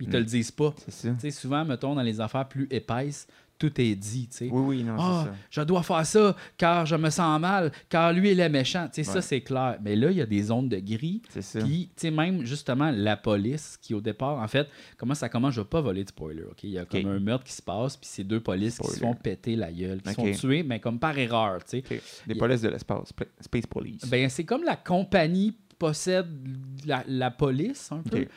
Ils te
Mm.
le disent pas.
C'est ça.
Tu sais, souvent, mettons, dans les affaires plus épaisses, tout est dit, tu sais.
Oui, oui, non,
Ah,
c'est ça.
je dois faire ça car je me sens mal, car lui, il est méchant. Tu sais, ça,
Ouais.
c'est clair. Mais là, il y a des zones de gris.
C'est ça.
Puis, tu sais, même justement, la police qui, au départ, en fait, comment ça commence Je ne vais pas voler de spoiler, OK? Il y a comme
Ok.
un meurtre qui se passe, puis c'est deux polices qui se
Spoiler.
font péter la gueule, qui
Ok.
sont tués, mais comme par erreur, tu sais.
Ok. Des
y-
polices de l'espace. pla- Space Police.
Ben, c'est comme la compagnie possède la, la police, un peu,
Ok.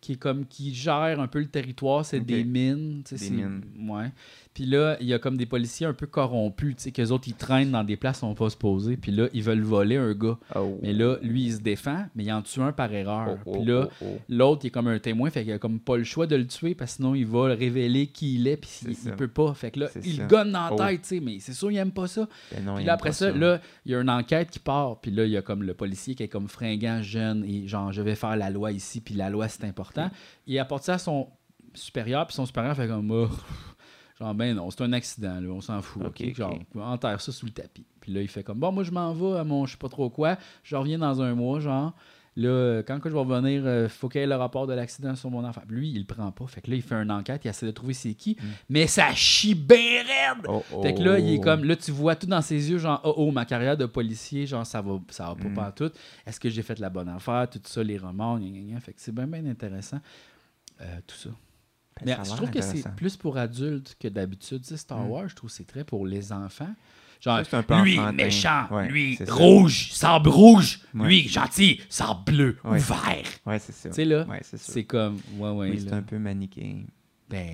qui est comme qui gère un peu le territoire, c'est
Ok.
des mines. tu sais,
Des
c'est-
mines.
Ouais. Puis là, il y a comme des policiers un peu corrompus, tu sais, qu'eux autres, ils traînent dans des places où on va se poser. Puis là, ils veulent voler un gars.
Oh.
Mais là, lui, il se défend, mais il en tue un par erreur.
Oh, oh,
Puis là,
oh, oh.
l'autre, il est comme un témoin, fait qu'il a comme pas le choix de le tuer, parce que sinon, il va le révéler qui il est, puis
C'est
il,
ça.
il peut pas. Fait que là,
C'est
il
ça.
le gonne dans la
Oh.
tête, tu sais, mais c'est sûr, il aime pas ça.
Ben non,
Puis
il
là,
aime
après
pas
ça, là, il y a une enquête qui part. Puis là, il y a comme le policier qui est comme fringant, jeune, et genre, je vais faire la loi ici, puis la loi, c'est important. Il apporte ça à son supérieur, puis son supérieur fait comme, Oh, genre, ben non, c'est un accident, là, on s'en fout,
Ok,
ok?
ok.
Genre, enterre ça sous le tapis. Puis là, il fait comme, bon, moi, je m'en vais à mon je sais pas trop quoi, je reviens dans un mois, genre. Là, euh, quand que je vais revenir, euh, faut qu'il y ait le rapport de l'accident sur mon enfant. Puis Lui, il le prend pas. Fait que là, il fait une enquête, il essaie de trouver c'est qui,
Mm.
mais ça chie bien raide!
Oh, oh.
Fait que là, il est comme, là, tu vois tout dans ses yeux, genre, oh, oh, ma carrière de policier, genre, ça va, ça va pas
Mm.
tout. Est-ce que j'ai fait la bonne affaire, tout ça, les romans, gna, gna, gna. Fait que c'est bien, bien intéressant, euh, tout ça.
Ben,
Mais
ça a
je
l'air
trouve que c'est
intéressant.
plus pour adultes que d'habitude. Tu sais, Star
Mm.
Wars, je trouve que c'est très pour les enfants. Genre,
Ça, c'est un peu
lui,
enfantin.
méchant,
Ouais,
lui,
c'est ça.
rouge, sable rouge,
Ouais.
lui, gentil, sable bleu, ou
Ouais.
vert.
Ouais, c'est ça.
Tu sais, là,
Ouais, c'est ça.
c'est comme, ouais, ouais,
Oui, c'est
là.
un peu manichéen.
ben...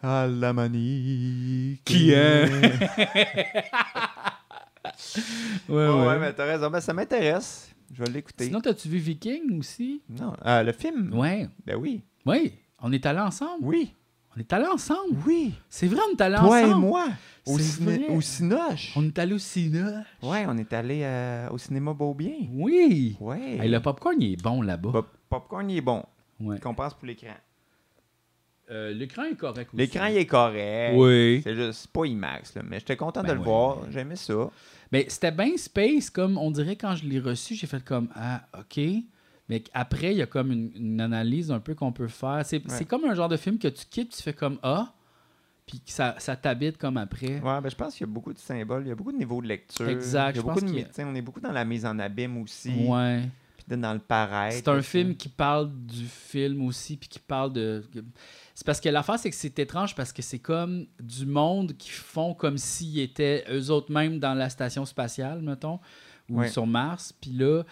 À la manique.
Qui est-
ouais,
Ouais,
ouais,
ouais.
mais t'as raison. Ben, ça m'intéresse. Je vais l'écouter.
Sinon, t'as-tu vu Viking aussi?
Non, euh, le film.
Ouais.
Ben oui.
Oui, on est allés ensemble.
Oui.
On est allés ensemble.
Oui.
C'est vrai, on est allés
Toi
ensemble.
et moi. Au,
C'est
ciné-
vrai.
au Cinoche.
On est allés au cinéma.
Ouais, on est allé euh, au cinéma Beaubien.
Oui.
Ouais.
Hey, le popcorn, il est bon là-bas.
Pop- popcorn, il est bon.
Ouais.
Compense pour l'écran.
Euh, L'écran est correct aussi.
L'écran, il est correct.
Oui.
C'est juste c'est pas IMAX, là, mais j'étais content de
Ben
le
ouais.
voir. J'aimais ça.
Mais c'était bien space, comme on dirait quand je l'ai reçu, j'ai fait comme Ah, OK. Mais après, il y a comme une, une analyse un peu qu'on peut faire. C'est c'est comme un genre de film que tu quittes, tu fais comme Ah, puis que ça, ça t'habite comme après.
Ouais, ben, je pense qu'il y a beaucoup de symboles, il y a beaucoup de niveaux de lecture.
Exact,
Il y
je
a beaucoup
pense
de
qu'il y a-
mi- tu sais, On est beaucoup dans la mise en abîme aussi.
Ouais.
Puis de- dans le paraître.
C'est un
aussi.
film qui parle du film aussi, puis qui parle de. C'est parce que l'affaire, c'est que c'est étrange parce que c'est comme du monde qui font comme s'ils étaient eux autres mêmes dans la station spatiale, mettons, ou
Ouais.
sur Mars. Puis là,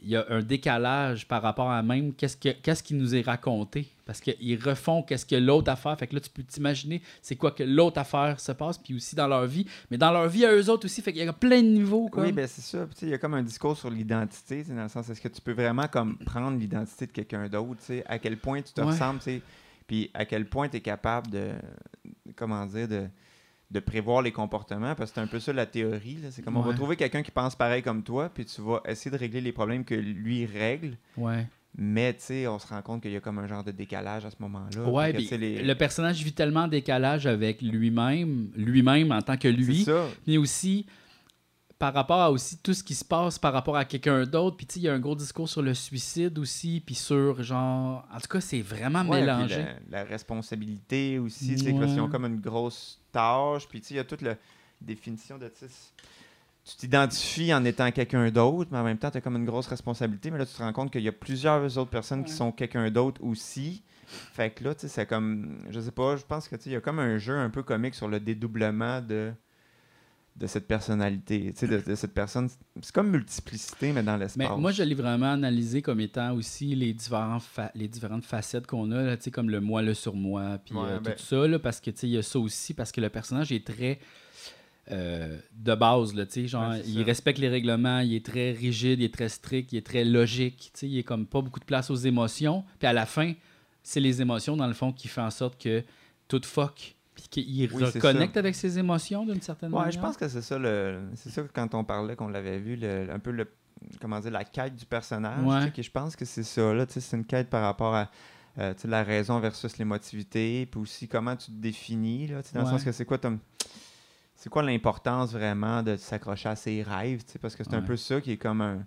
il y a un décalage par rapport à même qu'est-ce que qu'est-ce qui nous est raconté parce qu'ils refont qu'est-ce que l'autre affaire fait que là tu peux t'imaginer c'est quoi que l'autre affaire se passe puis aussi dans leur vie mais dans leur vie à eux autres aussi fait qu'il y a plein de niveaux quoi
Oui, ben c'est ça. Puis, tu sais, Il y a comme un discours sur l'identité, tu sais, dans le sens, est-ce que tu peux vraiment comme prendre l'identité de quelqu'un d'autre, tu sais, à quel point tu te
Ouais.
ressembles, tu sais, puis à quel point tu es capable de, comment dire, de, de prévoir les comportements, parce que c'est un peu ça la théorie. là. C'est comme on va
Ouais.
trouver quelqu'un qui pense pareil comme toi, puis tu vas essayer de régler les problèmes que lui règle,
ouais
mais tu sais, on se rend compte qu'il y a comme un genre de décalage à ce moment-là.
ouais
puis que,
puis
tu sais, les-
le personnage vit tellement en décalage avec lui-même lui-même en tant que lui
C'est ça.
mais aussi par rapport à aussi tout ce qui se passe par rapport à quelqu'un d'autre. Puis tu sais, il y a un gros discours sur le suicide aussi, puis sur genre... En tout cas, c'est vraiment
Ouais, puis
mélangé.
La, la responsabilité aussi, tu sais, parce qu'ils ont
Ouais.
comme une grosse tâche. Puis, tu sais, il y a toute la définition de, tu sais, tu t'identifies en étant quelqu'un d'autre, mais en même temps, tu as comme une grosse responsabilité. Mais là, tu te rends compte qu'il y a plusieurs autres personnes qui sont quelqu'un d'autre aussi. Fait que là, tu sais, c'est comme, je sais pas, je pense que, tu sais, il y a comme un jeu un peu comique sur le dédoublement de de cette personnalité, tu sais, de, de cette personne. C'est comme multiplicité, mais dans
Mais
l'espace.
moi, je l'ai vraiment analysé comme étant aussi les, différents fa- les différentes facettes qu'on a, là, tu sais, comme le moi, le surmoi, puis
Ouais,
euh,
ben-
tout ça, là, parce que tu sais, il y a ça aussi, parce que le personnage est très euh, de base, là, tu sais, genre,
Ouais, c'est
il
ça.
respecte les règlements, il est très rigide, il est très strict, il est très logique, tu sais, il est comme pas beaucoup de place aux émotions, puis à la fin, c'est les émotions, dans le fond, qui fait en sorte que tout fuck, puis qu'il
Oui, c'est ça.
reconnecte avec ses émotions d'une certaine
Ouais,
manière.
je pense que c'est ça le. C'est ça que quand on parlait qu'on l'avait vu, le- un peu le comment dire, la quête du personnage.
Ouais.
tu sais, que je pense que c'est ça. Là, tu sais, c'est une quête par rapport à euh, tu sais, la raison versus l'émotivité. Puis aussi comment tu te définis. Là, tu sais, dans le
Ouais.
sens que c'est quoi ton. C'est quoi l'importance vraiment de s'accrocher à ses rêves? tu sais, Parce que c'est un
Ouais.
peu ça qui est comme un.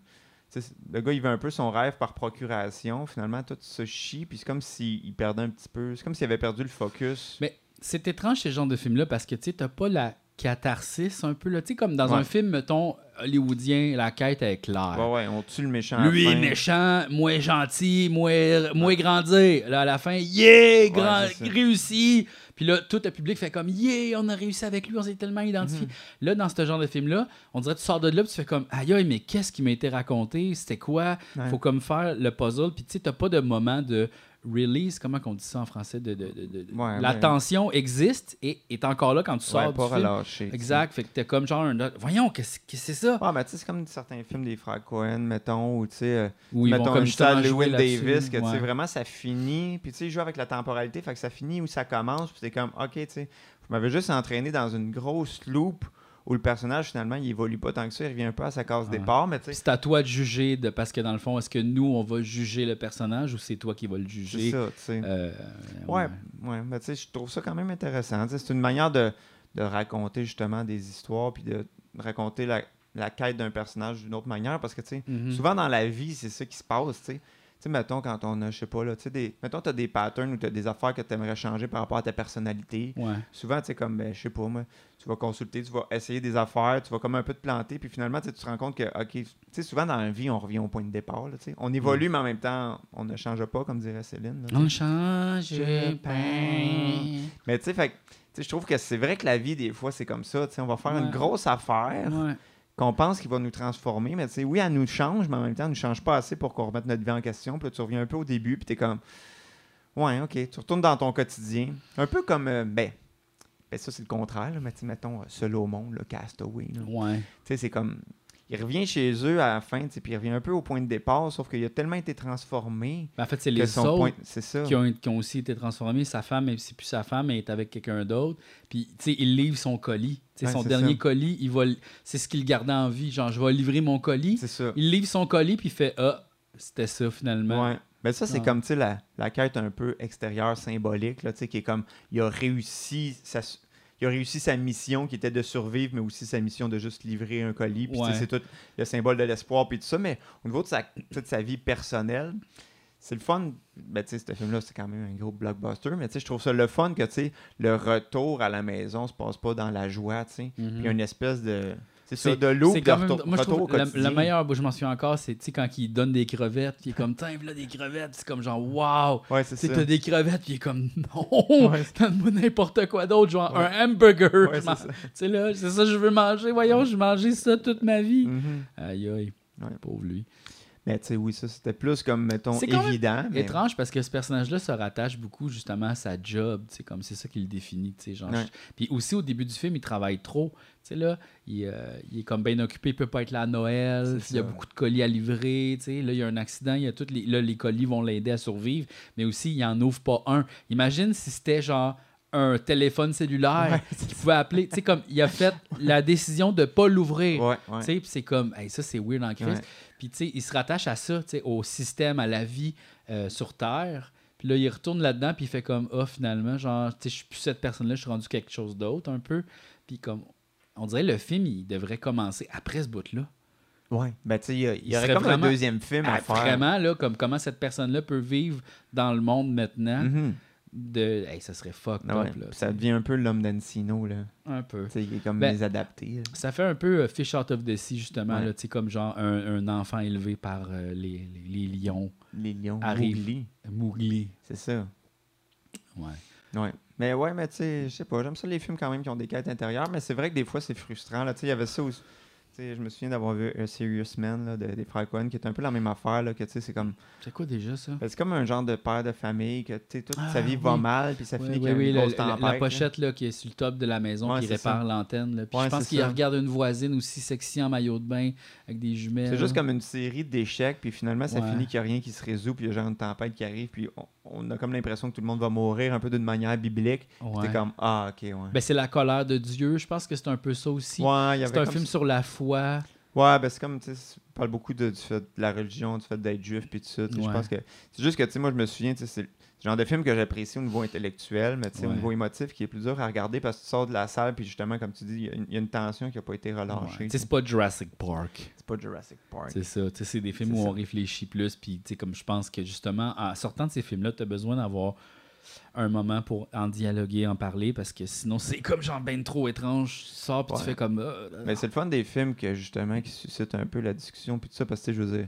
tu sais, Le gars, il veut un peu son rêve par procuration. Finalement, tout se chie. Puis c'est comme s'il perdait un petit peu. C'est comme s'il avait perdu le focus.
Mais c'est étrange ce genre de film-là parce que tu sais, t'as pas la catharsis un peu. Là. Tu sais, comme dans
Ouais.
un film, mettons, hollywoodien, la quête est claire.
Ouais, ouais, on tue le méchant. à la
Lui
fin.
méchant, moi gentil, moi, moi grandir. Là, à la fin, yeah, grand-
Ah. c'est ça.
réussi. Puis là, tout le public fait comme, yeah, on a réussi avec lui, on s'est tellement identifié.
Mhm.
Là, dans ce genre de film-là, on dirait que tu sors de là, puis tu fais comme, aïe, aïe, mais qu'est-ce qui m'a été raconté? C'était quoi?
Ouais.
Faut comme faire le puzzle. Puis tu sais, t'as pas de moment de release, comment qu'on dit ça en français? De, de- de- de-
Ouais,
la
ouais.
tension existe et est encore là quand tu sors
Ouais, pas
du film.
relâché. tu sais.
Exact, fait que t'es comme genre, un autre- voyons, qu'est-ce que c'est ça?
Ah, mais tu sais, c'est comme certains films des Frank Cohen, mettons, ou tu sais, euh,
Où ils vont
mettons
comme
une salle
justement jouer
Llewyn Davis,
là-dessus.
que tu sais,
Ouais.
vraiment, ça finit, puis tu sais, il joue avec la temporalité, fait que ça finit ou ça commence, puis c'est comme, ok, tu sais, je m'avais juste entraîné dans une grosse loupe où le personnage, finalement, il évolue pas tant que ça, il revient un peu à sa case
Ouais.
départ, mais tu
Puis
sais,
C'est à toi de juger, de, parce que dans le fond, est-ce que nous, on va juger le personnage ou c'est toi qui vas le
c'est
juger?
ça, tu sais.
Euh,
Ouais, ouais, mais tu sais, je trouve ça quand même intéressant. Tu sais, C'est une manière de, de raconter justement des histoires, puis de raconter la, la quête d'un personnage d'une autre manière, parce que tu sais,
Mhm.
souvent dans la vie, c'est ça qui se passe, tu sais. Tu sais, mettons, quand on a, je sais pas, là, tu sais, des, mettons, t'as des patterns ou t'as des affaires que t'aimerais changer par rapport à ta personnalité.
Ouais.
Souvent, tu sais, comme, ben, je sais pas, moi, tu vas consulter, tu vas essayer des affaires, tu vas comme un peu te planter, puis finalement, tu sais, tu te rends compte que, OK, tu sais, souvent dans la vie, on revient au point de départ, là, tu sais. On évolue, mais en même temps, on ne change pas, comme dirait Céline. là, tu sais.
On change de pain.
Mais tu sais, fait que, tu sais, je trouve que c'est vrai que la vie, des fois, c'est comme ça. tu sais, On va faire
Ouais.
une grosse affaire
Ouais.
qu'on pense qu'il va nous transformer. Mais tu sais, oui, elle nous change, mais en même temps, elle nous change pas assez pour qu'on remette notre vie en question. Puis là, tu reviens un peu au début, puis tu es comme, ouais, ok, tu retournes dans ton quotidien. Un peu comme, euh, ben, ben, ça, c'est le contraire. là, mais tu sais, mettons, euh, seul au monde, le castaway. là.
Ouais.
Tu sais, c'est comme. Il revient chez eux à la fin, tu sais, puis il revient un peu au point de départ, sauf qu'il a tellement été transformé
Ben, en fait, c'est
que
les
son
autres
point. C'est ça.
qui, ont, qui ont aussi été transformés. Sa femme, elle, c'est plus sa femme, elle est avec quelqu'un d'autre. Puis, tu sais, il livre son colis. Tu sais,
Ouais,
son
c'est
dernier
ça.
colis, il va, le- c'est ce qu'il gardait en vie. Genre, je vais livrer mon colis.
C'est ça.
Il livre son colis, puis il fait Ah, c'était ça finalement.
Ouais. Ben ça, c'est
Ah.
comme tu sais, la, la quête un peu extérieure, symbolique, là, tu sais, qui est comme il a réussi sa, il a réussi sa mission qui était de survivre, mais aussi sa mission de juste livrer un colis. Puis tu sais,
Ouais.
c'est tout le symbole de l'espoir, puis tout ça. Mais au niveau de sa, toute sa vie personnelle, c'est le fun. Ben, tu sais, ce film-là, c'est quand même un gros blockbuster, mais tu sais, je trouve ça le fun que tu sais, le retour à la maison se passe pas dans la joie, tu sais.
Mhm.
Puis Il y a une espèce de. C'est
C'est-
ça, de l'eau,
c'est
puis de
quand même-
retour,
Moi, je
retour au
trouve la,
quotidien.
la meilleure, je m'en souviens encore, c'est tu sais, quand il donne des crevettes, puis il est comme, tiens, voilà des crevettes, Puis c'est comme genre, waouh!
Ouais, c'est
Tu sais,
ça.
t'as des crevettes, puis il est comme, non!
Ouais.
Donne-moi n'importe quoi d'autre, genre
Ouais.
un hamburger!
Ouais,
Je m'en-
c'est
tu
ça.
sais, là, c'est ça, que je veux manger, voyons, j'ai mangé ça toute ma vie!
Mhm.
Aïe, aïe.
Ouais.
Pauvre lui.
Mais tu sais, oui, ça, c'était plus comme, mettons,
C'est quand même
évident. mais-
Étrange parce que ce personnage-là se rattache beaucoup justement à sa job, tu sais, comme c'est ça qui le définit, tu sais, genre.
Ouais.
je- Puis aussi au début du film, il travaille trop, tu sais là, il, euh, il est comme bien occupé, il peut pas être là à Noël,
C'est
il y a
ça.
beaucoup de colis à livrer, tu sais, là il y a un accident, il y a toutes les, là les colis vont l'aider à survivre, mais aussi il en ouvre pas un. Imagine si c'était genre un téléphone cellulaire qu'il pouvait appeler, tu sais comme il a fait la décision de pas l'ouvrir.
Ouais, ouais.
Tu sais, puis c'est comme, hey, ça c'est weird en Christ.
Ouais.
Puis tu sais, il se rattache à ça, tu sais, au système, à la vie euh, sur Terre. Puis là, il retourne là-dedans, puis il fait comme, ah, finalement, genre, tu sais, je suis plus cette personne-là, je suis rendu quelque chose d'autre un peu. Puis comme, on dirait le film, il devrait commencer après ce bout-là.
Ouais. Ben, tu sais, il y, a- il y
Il
aurait
serait
comme
vraiment-
un deuxième film à,
Ah,
faire.
Vraiment, là, comme comment cette personne-là peut vivre dans le monde maintenant.
Mhm. Ah
De, hey, ça serait fucked
Ouais.
up, là.
Puis Ça devient un peu l'homme d'Ancino, là.
Un peu.
Tu sais, il est comme
Ben,
les adaptés. là.
Ça fait un peu euh, Fish Out of the Sea, justement,
Ouais.
là, tu sais, comme genre un, un enfant élevé par euh, les, les- les lions.
Les lions.
Arrive.
Mowgli,
Mowgli.
C'est ça.
Ouais.
Ouais. Mais ouais, mais tu sais, je sais pas, j'aime ça les films quand même qui ont des quêtes intérieures, mais c'est vrai que des fois c'est frustrant. Là, tu sais, il y avait ça aussi. Tu sais, je me souviens d'avoir vu A Serious Man là, de, des frères Coen, qui est un peu la même affaire, là, que tu sais, c'est comme.
C'est quoi déjà ça?
ben, c'est comme un genre de père de famille que tu sais, toute
Ah,
sa vie va
oui.
mal, puis ça
Oui,
finit
oui,
qu'il y a
oui,
une
le-
grosse
le-
tempête.
la
là.
pochette là, qui est sur le top de la maison
Ouais,
qui
c'est
répare
ça.
l'antenne. là. Puis
Ouais,
je pense
c'est
qu'il
ça.
regarde une voisine aussi sexy en maillot de bain avec des jumelles.
C'est juste
là.
comme une série d'échecs, puis finalement ça
Euh. Ouais.
finit qu'il n'y a rien qui se résout, puis il y a genre une tempête qui arrive, puis on, on a comme l'impression que tout le monde va mourir un peu d'une manière biblique.
Ouais.
C'était comme Ah, ok, ouais.
Ben, c'est la colère de Dieu. Je pense que c'est un peu ça aussi.
ouais, il y avait
c'est un
comme
film sur la foi.
Ouais, ben c'est comme, tu sais, c'est- on parle beaucoup de, du fait de la religion, du fait d'être juif, puis tout ça. tu sais,
Ouais.
Je pense que. C'est juste que, tu sais, moi, je me souviens, tu sais, c'est le genre de film que j'apprécie au niveau intellectuel, mais tu sais,
Ouais.
au niveau émotif, qui est plus dur à regarder parce que tu sors de la salle, puis justement, comme tu dis, il y a une- il y, a une tension qui n'a pas été
Ouais.
relâchée.
Tu
tu
sais,
sais.
C'est pas Jurassic Park.
C'est pas Jurassic Park.
C'est ça, tu sais, c'est des films
C'est
où
ça.
on réfléchit plus, puis tu sais, comme je pense que justement, en sortant de ces films-là, tu as besoin d'avoir un moment pour en dialoguer, en parler, parce que sinon c'est comme genre ben trop étrange, tu sors, puis tu
Ouais.
fais comme... euh,
Mais c'est le fun des films que, justement, qui suscitent un peu la discussion, puis tout ça, parce que, tu sais, je veux dire,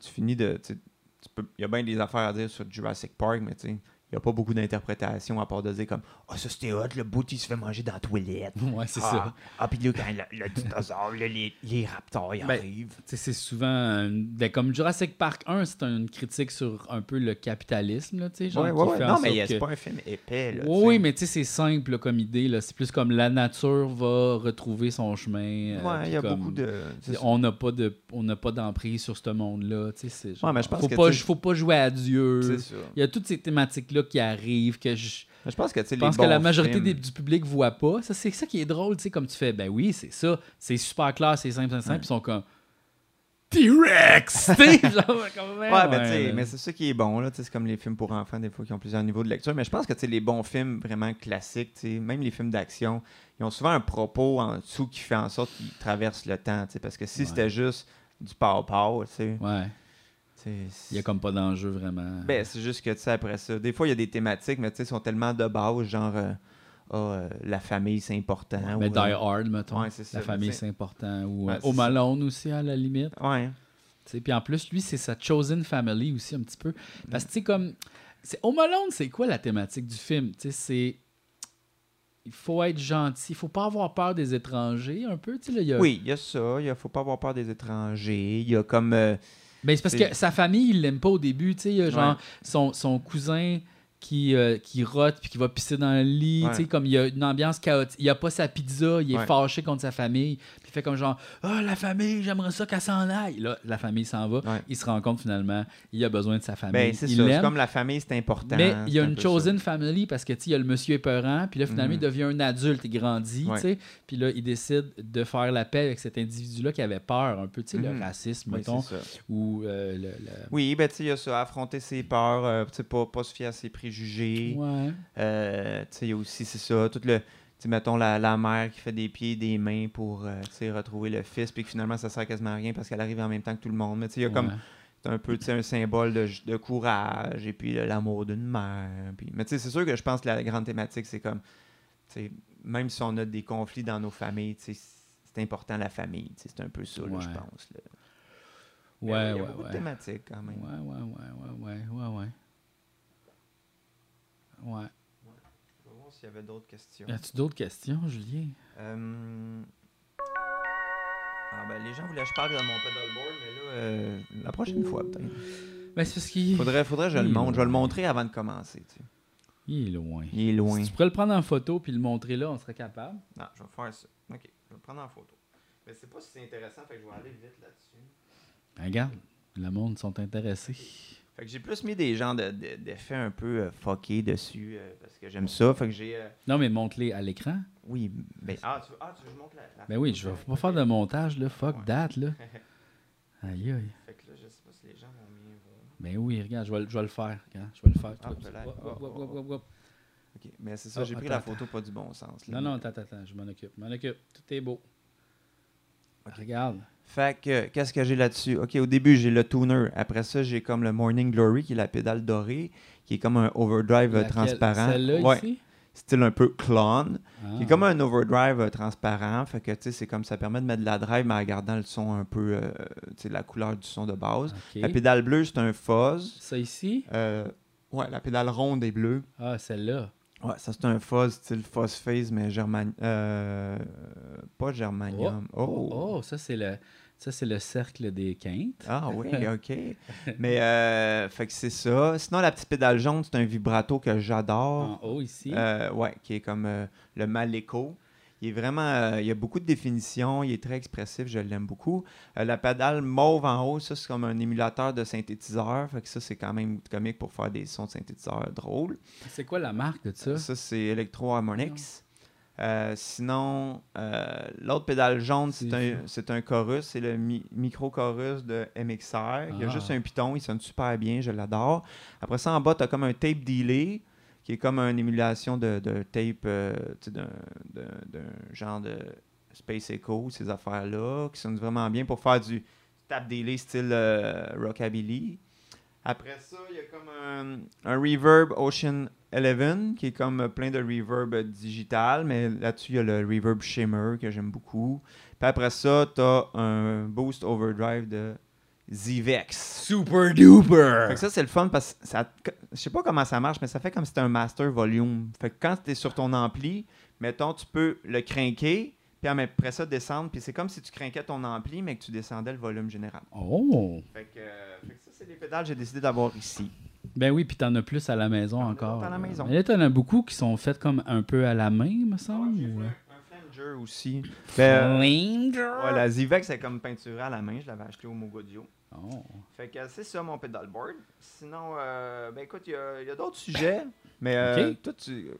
tu finis de. tu sais, tu peux- Il y a bien des affaires à dire sur Jurassic Park, mais tu sais. Il n'y a pas beaucoup d'interprétation à part de dire comme Ah, ça c'était hot, le bout il se fait manger dans la toilette.
ouais, c'est
ah,
ça.
Ah, puis là, quand le, le dinosaure, là, les, les raptors, ils
Ben,
arrivent.
Tu sais, c'est souvent. euh, ben, comme Jurassic Park 1, c'est une critique sur un peu le capitalisme. Là, tu sais, genre,
Ouais, ouais,
qui
ouais.
fait en
Non, mais
sorte
euh, c'est
que-
pas un film épais. Là,
Oui, oui, mais tu sais, c'est simple là, comme idée. là. C'est plus comme la nature va retrouver son chemin. euh,
Ouais,
puis
il y a
comme,
beaucoup de. c'est ça.
On n'a pas de, on n'a pas d'emprise sur ce monde-là. tu sais, c'est genre,
Ouais, mais je pense
faut
que,
pas,
tu sais-
faut pas jouer à Dieu.
C'est ça.
Il y a toutes ces thématiques-là qui arrivent que je
Mais Je pense que, tu sais,
je
les
pense que la
bons
majorité
films-
des- du public voit pas. Ça, c'est ça qui est drôle, tu sais, comme tu fais, ben oui, c'est ça, c'est super clair, c'est simple, simple, simple,
Ouais.
puis ils sont comme T-Rex, tu sais, genre, comme,
Ouais,
Ah ouais,
ben, tu sais,
là.
mais c'est ça qui est bon, là. tu sais, C'est comme les films pour enfants, des fois, qui ont plusieurs niveaux de lecture. Mais je pense que, tu sais, les bons films vraiment classiques, tu sais, même les films d'action, ils ont souvent un propos en dessous qui fait en sorte qu'ils traversent le temps, tu sais. Parce que si
Ouais.
c'était juste du pow-pow, tu sais,
Ouais,
tu
il y
sais,
a comme pas d'enjeu vraiment.
Ben, c'est juste que, tu sais, après ça, des fois, il y a des thématiques, mais tu sais, sont tellement de base, genre, euh, Ah, euh, la famille, c'est important. ou,
mais Ben, Die
euh,
Hard, mettons.
ouais, c'est ça,
la
mais
famille,
tu sais-
c'est important. Ou
Ouais,
euh,
c'est
Home
ça.
Alone aussi, à la limite.
Ouais.
Tu sais, Puis en plus, lui, c'est sa chosen family aussi, un petit peu. Parce que, tu sais, comme. c'est- Home Alone, c'est quoi la thématique du film? Tu sais, c'est. Il faut être gentil, il faut pas avoir peur des étrangers, un peu. Tu sais, là, il y a-
Oui, il y a ça. Il y a- faut pas avoir peur des étrangers. Il y a comme. euh,
Mais Ben, c'est parce
C'est-
que sa famille, il l'aime pas au début, tu sais, il y a genre
Ouais.
son, son cousin qui, euh, qui rote puis qui va pisser dans le lit, tu sais,
Ouais.
comme il y a une ambiance chaotique. Il a pas sa pizza, il est
Ouais.
fâché contre sa famille, puis il fait comme genre « Ah, la famille, j'aimerais ça qu'elle s'en aille! » Là, la famille s'en va,
Ouais.
il se rend compte finalement, il a besoin de sa famille,
ben, c'est
il
ça. C'est
l'aime.
comme la famille, c'est important.
Mais il y a
c'est un
une
peu
chosen family parce que tu sais, il y a le monsieur épeurant, puis là finalement il
Mhm.
devient un adulte, il grandit,
Ouais.
tu sais, puis là il décide de faire la paix avec cet individu-là qui avait peur un peu, tu sais,
Mhm.
le racisme,
ça. Oui,
mettons,
c'est ça.
ou euh, le, le-
Oui, ben, tu sais, il y a ça. Affronter ses peurs, euh, tu sais, pas, pas se fier à ses préjugés.
Ouais.
Euh, tu sais, il y a aussi, c'est ça, tout le. Tu sais, mettons la, la mère qui fait des pieds et des mains pour euh, tu sais, retrouver le fils, puis que finalement ça sert quasiment à rien parce qu'elle arrive en même temps que tout le monde. Mais tu sais, il y a comme
Ouais.
C'est un peu tu sais, un symbole de, de courage et puis de l'amour d'une mère. Puis... Mais tu sais, c'est sûr que je pense que la grande thématique, c'est comme, tu sais, même si on a des conflits dans nos familles, tu sais, c'est important la famille. tu sais, C'est un peu ça, là,
Ouais.
je pense. là.
Ouais,
Mais il y
ouais,
a
ouais.
beaucoup de thématiques quand
Ouais,
même.
ouais, ouais, ouais, ouais, ouais, ouais. Ouais.
On va voir s'il y avait d'autres questions.
As-tu d'autres questions, Julien?
Euh, Ah ben, les gens voulaient que je parle de mon pedalboard, mais là, euh, la prochaine fois, peut-être.
Ben, c'est parce qu'il
Faudrait, faudrait que je le montre. Je vais le montrer avant de commencer. tu sais.
il est loin.
Il est loin.
Si tu pourrais le prendre en photo puis le montrer là, on serait capable.
Non, je vais faire ça. Ok, je vais le prendre en photo. Mais c'est pas si intéressant, fait que je vais aller vite là-dessus.
Ben, regarde, le monde sont intéressés.
Fait que j'ai plus mis des gens de- de- d'effets un peu euh, fuckés dessus euh, parce que j'aime ça. Fait que j'ai. euh,
Non, mais montre-les à l'écran.
oui, ben. Ah, tu veux, ah, tu veux que je montre la. la
Ben oui, je
photo,
vais
euh,
pas faire de montage, là. Fuck
Ouais.
date, là. Aïe, aïe.
Fait que là, je sais pas si les gens m'ont mis. voilà.
Ben oui, regarde, je vais, le- je vais le faire. regarde, je vais le faire.
Ah,
Hop,
peut-être.
hop, hop,
Oh,
hop,
oh,
hop, hop, hop.
Ok, mais c'est ça,
Ah,
j'ai pris
attends,
la photo pas du bon sens. là.
Non, non, attends, attends, attends, je m'en occupe. Je m'en occupe. Tout est beau.
Ok.
Regarde.
Fait que, qu'est-ce que j'ai là-dessus? OK, au début, j'ai le tuner. Après ça, j'ai comme le Morning Glory, qui est la pédale dorée, qui est comme un overdrive euh,
Laquelle?
transparent.
Celle-là
ouais,
ici?
style un peu clone.
Ah.
Qui est comme un overdrive euh, transparent. Fait que, tu sais, c'est comme ça permet de mettre de la drive, mais en gardant le son un peu, euh, tu sais, la couleur du son de base.
Ok.
La pédale bleue, c'est un fuzz.
Ça ici?
Euh, ouais, la pédale ronde est bleue.
Ah, celle-là.
Ouais, ça c'est un fuzz, style fuzz phase, mais german... euh, pas germanium.
Oh,
oh.
ça, c'est le... Ça, c'est le cercle des quintes.
Ah oui, ok. Mais euh, fait que c'est ça. Sinon, la petite pédale jaune, c'est un vibrato que
En
j'adore.
haut, ici.
Oh. Euh, ouais, qui est comme euh, le Maleco. Il est vraiment. euh, il y a beaucoup de définitions. Il est très expressif. Je l'aime beaucoup. Euh, la pédale mauve en haut, ça, c'est comme un émulateur de synthétiseur. Fait que ça, c'est quand même comique pour faire des sons de synthétiseur drôles.
C'est quoi la marque de ça?
Ça, c'est Electro Harmonix. Euh, sinon, euh, l'autre pédale jaune, c'est
C'est
un, c'est un chorus, c'est le mi- micro chorus de MXR. Il y a
Ah.
juste un piton, il sonne super bien, je l'adore. Après ça, en bas, tu as comme un tape delay, qui est comme une émulation de, de tape, euh, tu sais, d'un d'un- d'un genre de Space Echo, ces affaires-là, qui sonnent vraiment bien pour faire du tap delay style euh, rockabilly. Après ça, il y a comme un, un reverb Ocean 11 qui est comme euh, plein de reverb euh, digital, mais là-dessus, il y a le reverb shimmer que j'aime beaucoup. Puis après ça, tu as un boost overdrive de Zivex.
Super duper!
Fait que ça, c'est le fun parce que ça, je sais pas comment ça marche, mais ça fait comme si c'était un master volume. Fait que quand tu es sur ton ampli, mettons, tu peux le crinquer, puis après ça, descendre. Puis c'est comme si tu crinquais ton ampli, mais que tu descendais le volume général.
Oh!
Fait que, euh, fait que ça, c'est les pédales que j'ai décidé d'avoir ici.
Ben oui, puis t'en as plus à la maison
T'en as
encore.
d'autres à la
là.
maison.
Mais là, t'en as beaucoup qui sont faites comme un peu à la main, me semble.
j'ai
ou-
voulu un flanger aussi. Ben, euh,
Flanger.
ouais, la Zivex, c'est comme peinturé à la main. Je l'avais acheté au Mogodio.
Oh.
Fait que euh, c'est ça mon pedalboard. Sinon, euh, ben écoute, il y a, il y a d'autres sujets. Mais
Ok.
euh, toi, tu, euh,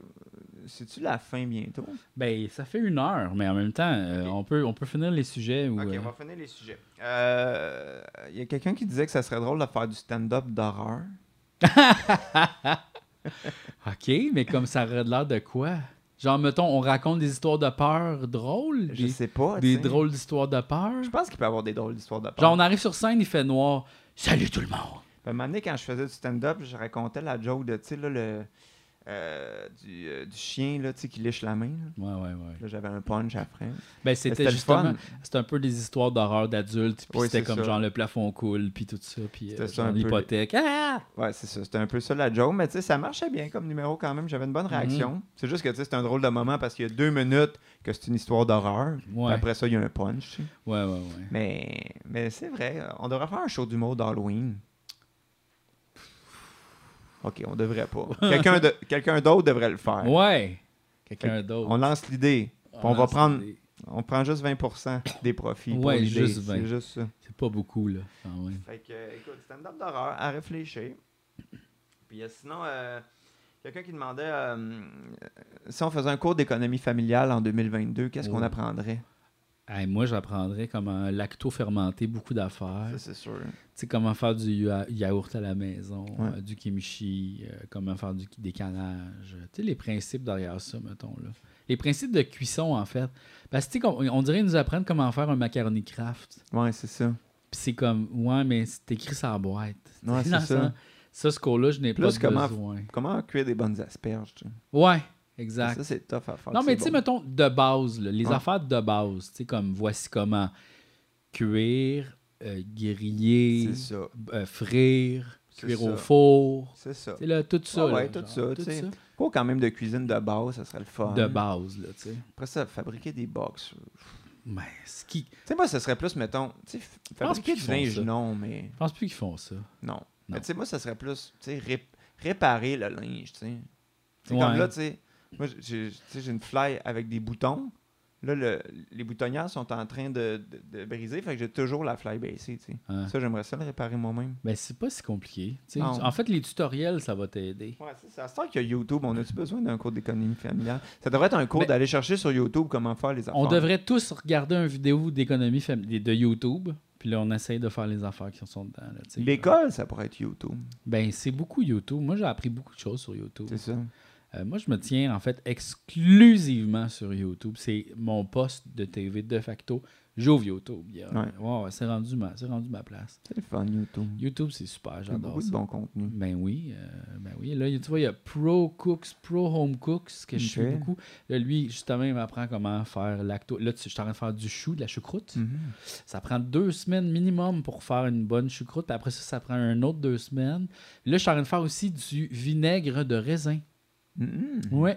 c'est-tu la fin bientôt?
Ben, ça fait une heure, mais en même temps, euh,
Ok.
on, peut, on peut finir les sujets. Ou,
Ok,
euh,
on va finir les sujets. Euh, Il y a quelqu'un qui disait que ça serait drôle de faire du stand-up d'horreur.
OK, mais comme ça aurait l'air de quoi? Genre, mettons, on raconte des histoires de peur drôles?
Je
des,
sais pas.
des
tu sais.
drôles d'histoires de peur?
Je pense qu'il peut y avoir des drôles d'histoires de peur.
Genre, on arrive sur scène, il fait noir. Salut tout le monde!
À un moment donné, quand je faisais du stand-up, je racontais la joke de, tu sais, là, le, euh, du, euh, du chien, là, tu sais, qui liche la main. Là,
Ouais, ouais, ouais.
Là, j'avais un punch après.
Ben,
C'était
c'était
le
justement.
fun.
C'était un peu des histoires d'horreur d'adultes, puis
Oui,
c'était
c'est
comme
ça.
genre le plafond coule, puis tout ça, puis euh,
C'était ça
genre
un peu.
l'hypothèque. Ah!
Ouais, c'est ça. C'était un peu ça, la joke. Mais, tu sais, ça marchait bien comme numéro quand même. J'avais une
Mhm.
bonne réaction. C'est juste que, tu sais, c'est un drôle de moment parce qu'il y a deux minutes que c'est une histoire d'horreur.
Ouais.
Puis Après ça, il y a un punch. tu sais.
Ouais, ouais, ouais.
Mais, mais c'est vrai. On devrait faire un show d'humour d'Halloween. OK, on devrait pas. Quelqu'un de, quelqu'un d'autre devrait le faire.
Ouais! Quelqu'un d'autre.
On lance l'idée. Puis on, va
lance
prendre...
des-
On prend juste 20% des profits. pour
Ouais,
l'idée.
juste 20.
C'est juste ça.
C'est pas beaucoup, là, quand même.
Fait que, euh, écoute, stand-up d'horreur à réfléchir. Puis euh, sinon, euh, quelqu'un qui demandait euh, euh, si on faisait un cours d'économie familiale en 2022, qu'est-ce qu'on
Oh.
apprendrait
Hey, moi, j'apprendrais comment lacto-fermenter beaucoup d'affaires.
Ça,
Tu
c'est sûr.
sais, comment faire du ya- yaourt à la maison,
Ouais.
euh, du kimchi, euh, comment faire du des canages. Tu sais, les principes derrière ça, mettons, là. Les principes de cuisson, en fait. Parce que, tu sais, qu'on- on, dirait qu'ils nous apprennent comment faire un macaroni craft.
Ouais, c'est ça.
Puis c'est comme, ouais, mais c'est écrit sur la boîte.
Ouais, c'est
Dans
ça.
le sens- Ça, ce cours-là, je n'ai pas
Plus
de
comment-
besoin.
Comment cuire des bonnes asperges tu sais?
Ouais, exact.
Ça, c'est tough à faire.
Non, mais
c'est
tu sais,
bon.
mettons, de base, là, les
Ouais.
affaires de base, tu sais, comme voici comment cuire, euh, griller,
C'est ça.
euh, frire,
C'est
cuire au
ça.
four.
C'est ça.
Tu sais, là, tout ça.
Ah ouais,
là,
tout
genre,
ça, tu sais. Cours quand même de cuisine de base, ça serait le fun.
De base, là, tu sais.
Après ça, fabriquer des box.
Mais ce qui.
Tu sais, moi, ce serait plus, mettons, tu sais, f-
pense
fabriquer
qu'ils
du
font
linge,
ça.
non, mais
Je pense plus qu'ils font ça.
non. Mais
Non.
tu sais, moi, ce serait plus, tu sais, ré- réparer le linge, tu sais. C'est
Ouais.
comme là, tu sais, moi, j'ai tu sais, j'ai une fly avec des boutons. Là, le- les boutonnières sont en train de, de- de briser, fait que j'ai toujours la fly baissée, tu sais.
Hein.
Ça, j'aimerais ça le réparer moi-même.
Mais c'est pas si compliqué. tu sais.
Non.
En fait, les tutoriels, ça va t'aider.
Ouais, c'est ça. qu'il y a YouTube, on a-tu besoin d'un cours d'économie familiale? Ça devrait être un cours
Mais-
d'aller chercher sur YouTube comment faire les affaires.
Ben, On devrait tous regarder une vidéo d'économie familiale de YouTube. Puis là, on essaye de faire les affaires qui sont dedans. là, tu sais.
L'école, ça pourrait être YouTube,
Ben, c'est beaucoup YouTube. Moi, j'ai appris beaucoup de choses sur YouTube.
c'est ça.
Euh, moi, je me tiens en fait exclusivement sur YouTube. C'est mon poste de TV de facto. J'ouvre YouTube. Il y a-
Ouais.
Ouais, ouais, c'est rendu, ma- c'est rendu ma place.
C'est le fun, YouTube.
YouTube, c'est super.
J'ai
J'adore
beaucoup
ça.
de bon contenu.
Ben oui, euh, ben oui. Là, tu vois, il y a Pro Cooks, Pro Home Cooks, que je suis
Ok.
beaucoup. Là, lui, justement, il m'apprend comment faire lacto. Là, tu- je suis en train de faire du chou, de la choucroute.
Mhm.
Ça prend deux semaines minimum pour faire une bonne choucroute. Après ça, ça prend un autre deux semaines. Là, je suis en train de faire aussi du vinaigre de raisin.
Mhm.
Ouais.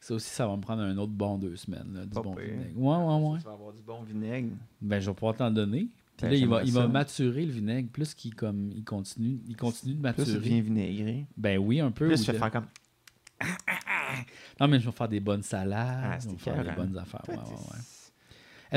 Ça aussi, ça va me prendre un autre bon deux semaines, là, du
Pas
bon
pire.
vinaigre. Ouais, ouais, ouais.
Ça, Tu vas avoir du bon vinaigre.
Ben, je vais pouvoir t'en donner. Puis
Ben,
là, il va,
j'aimerais
il va
ça.
maturer le vinaigre plus qu'il comme, il continue, il continue de
Plus
maturer.
c'est bien vinaigré.
Ben oui, un peu.
Plus
oui,
tu fais
de-
faire comme.
Non, mais je vais faire des bonnes salades,
Ah,
je vais
c'est
faire des
écœurant.
bonnes affaires. Ah, ouais,
Toi,
ouais,
t'es-
ouais.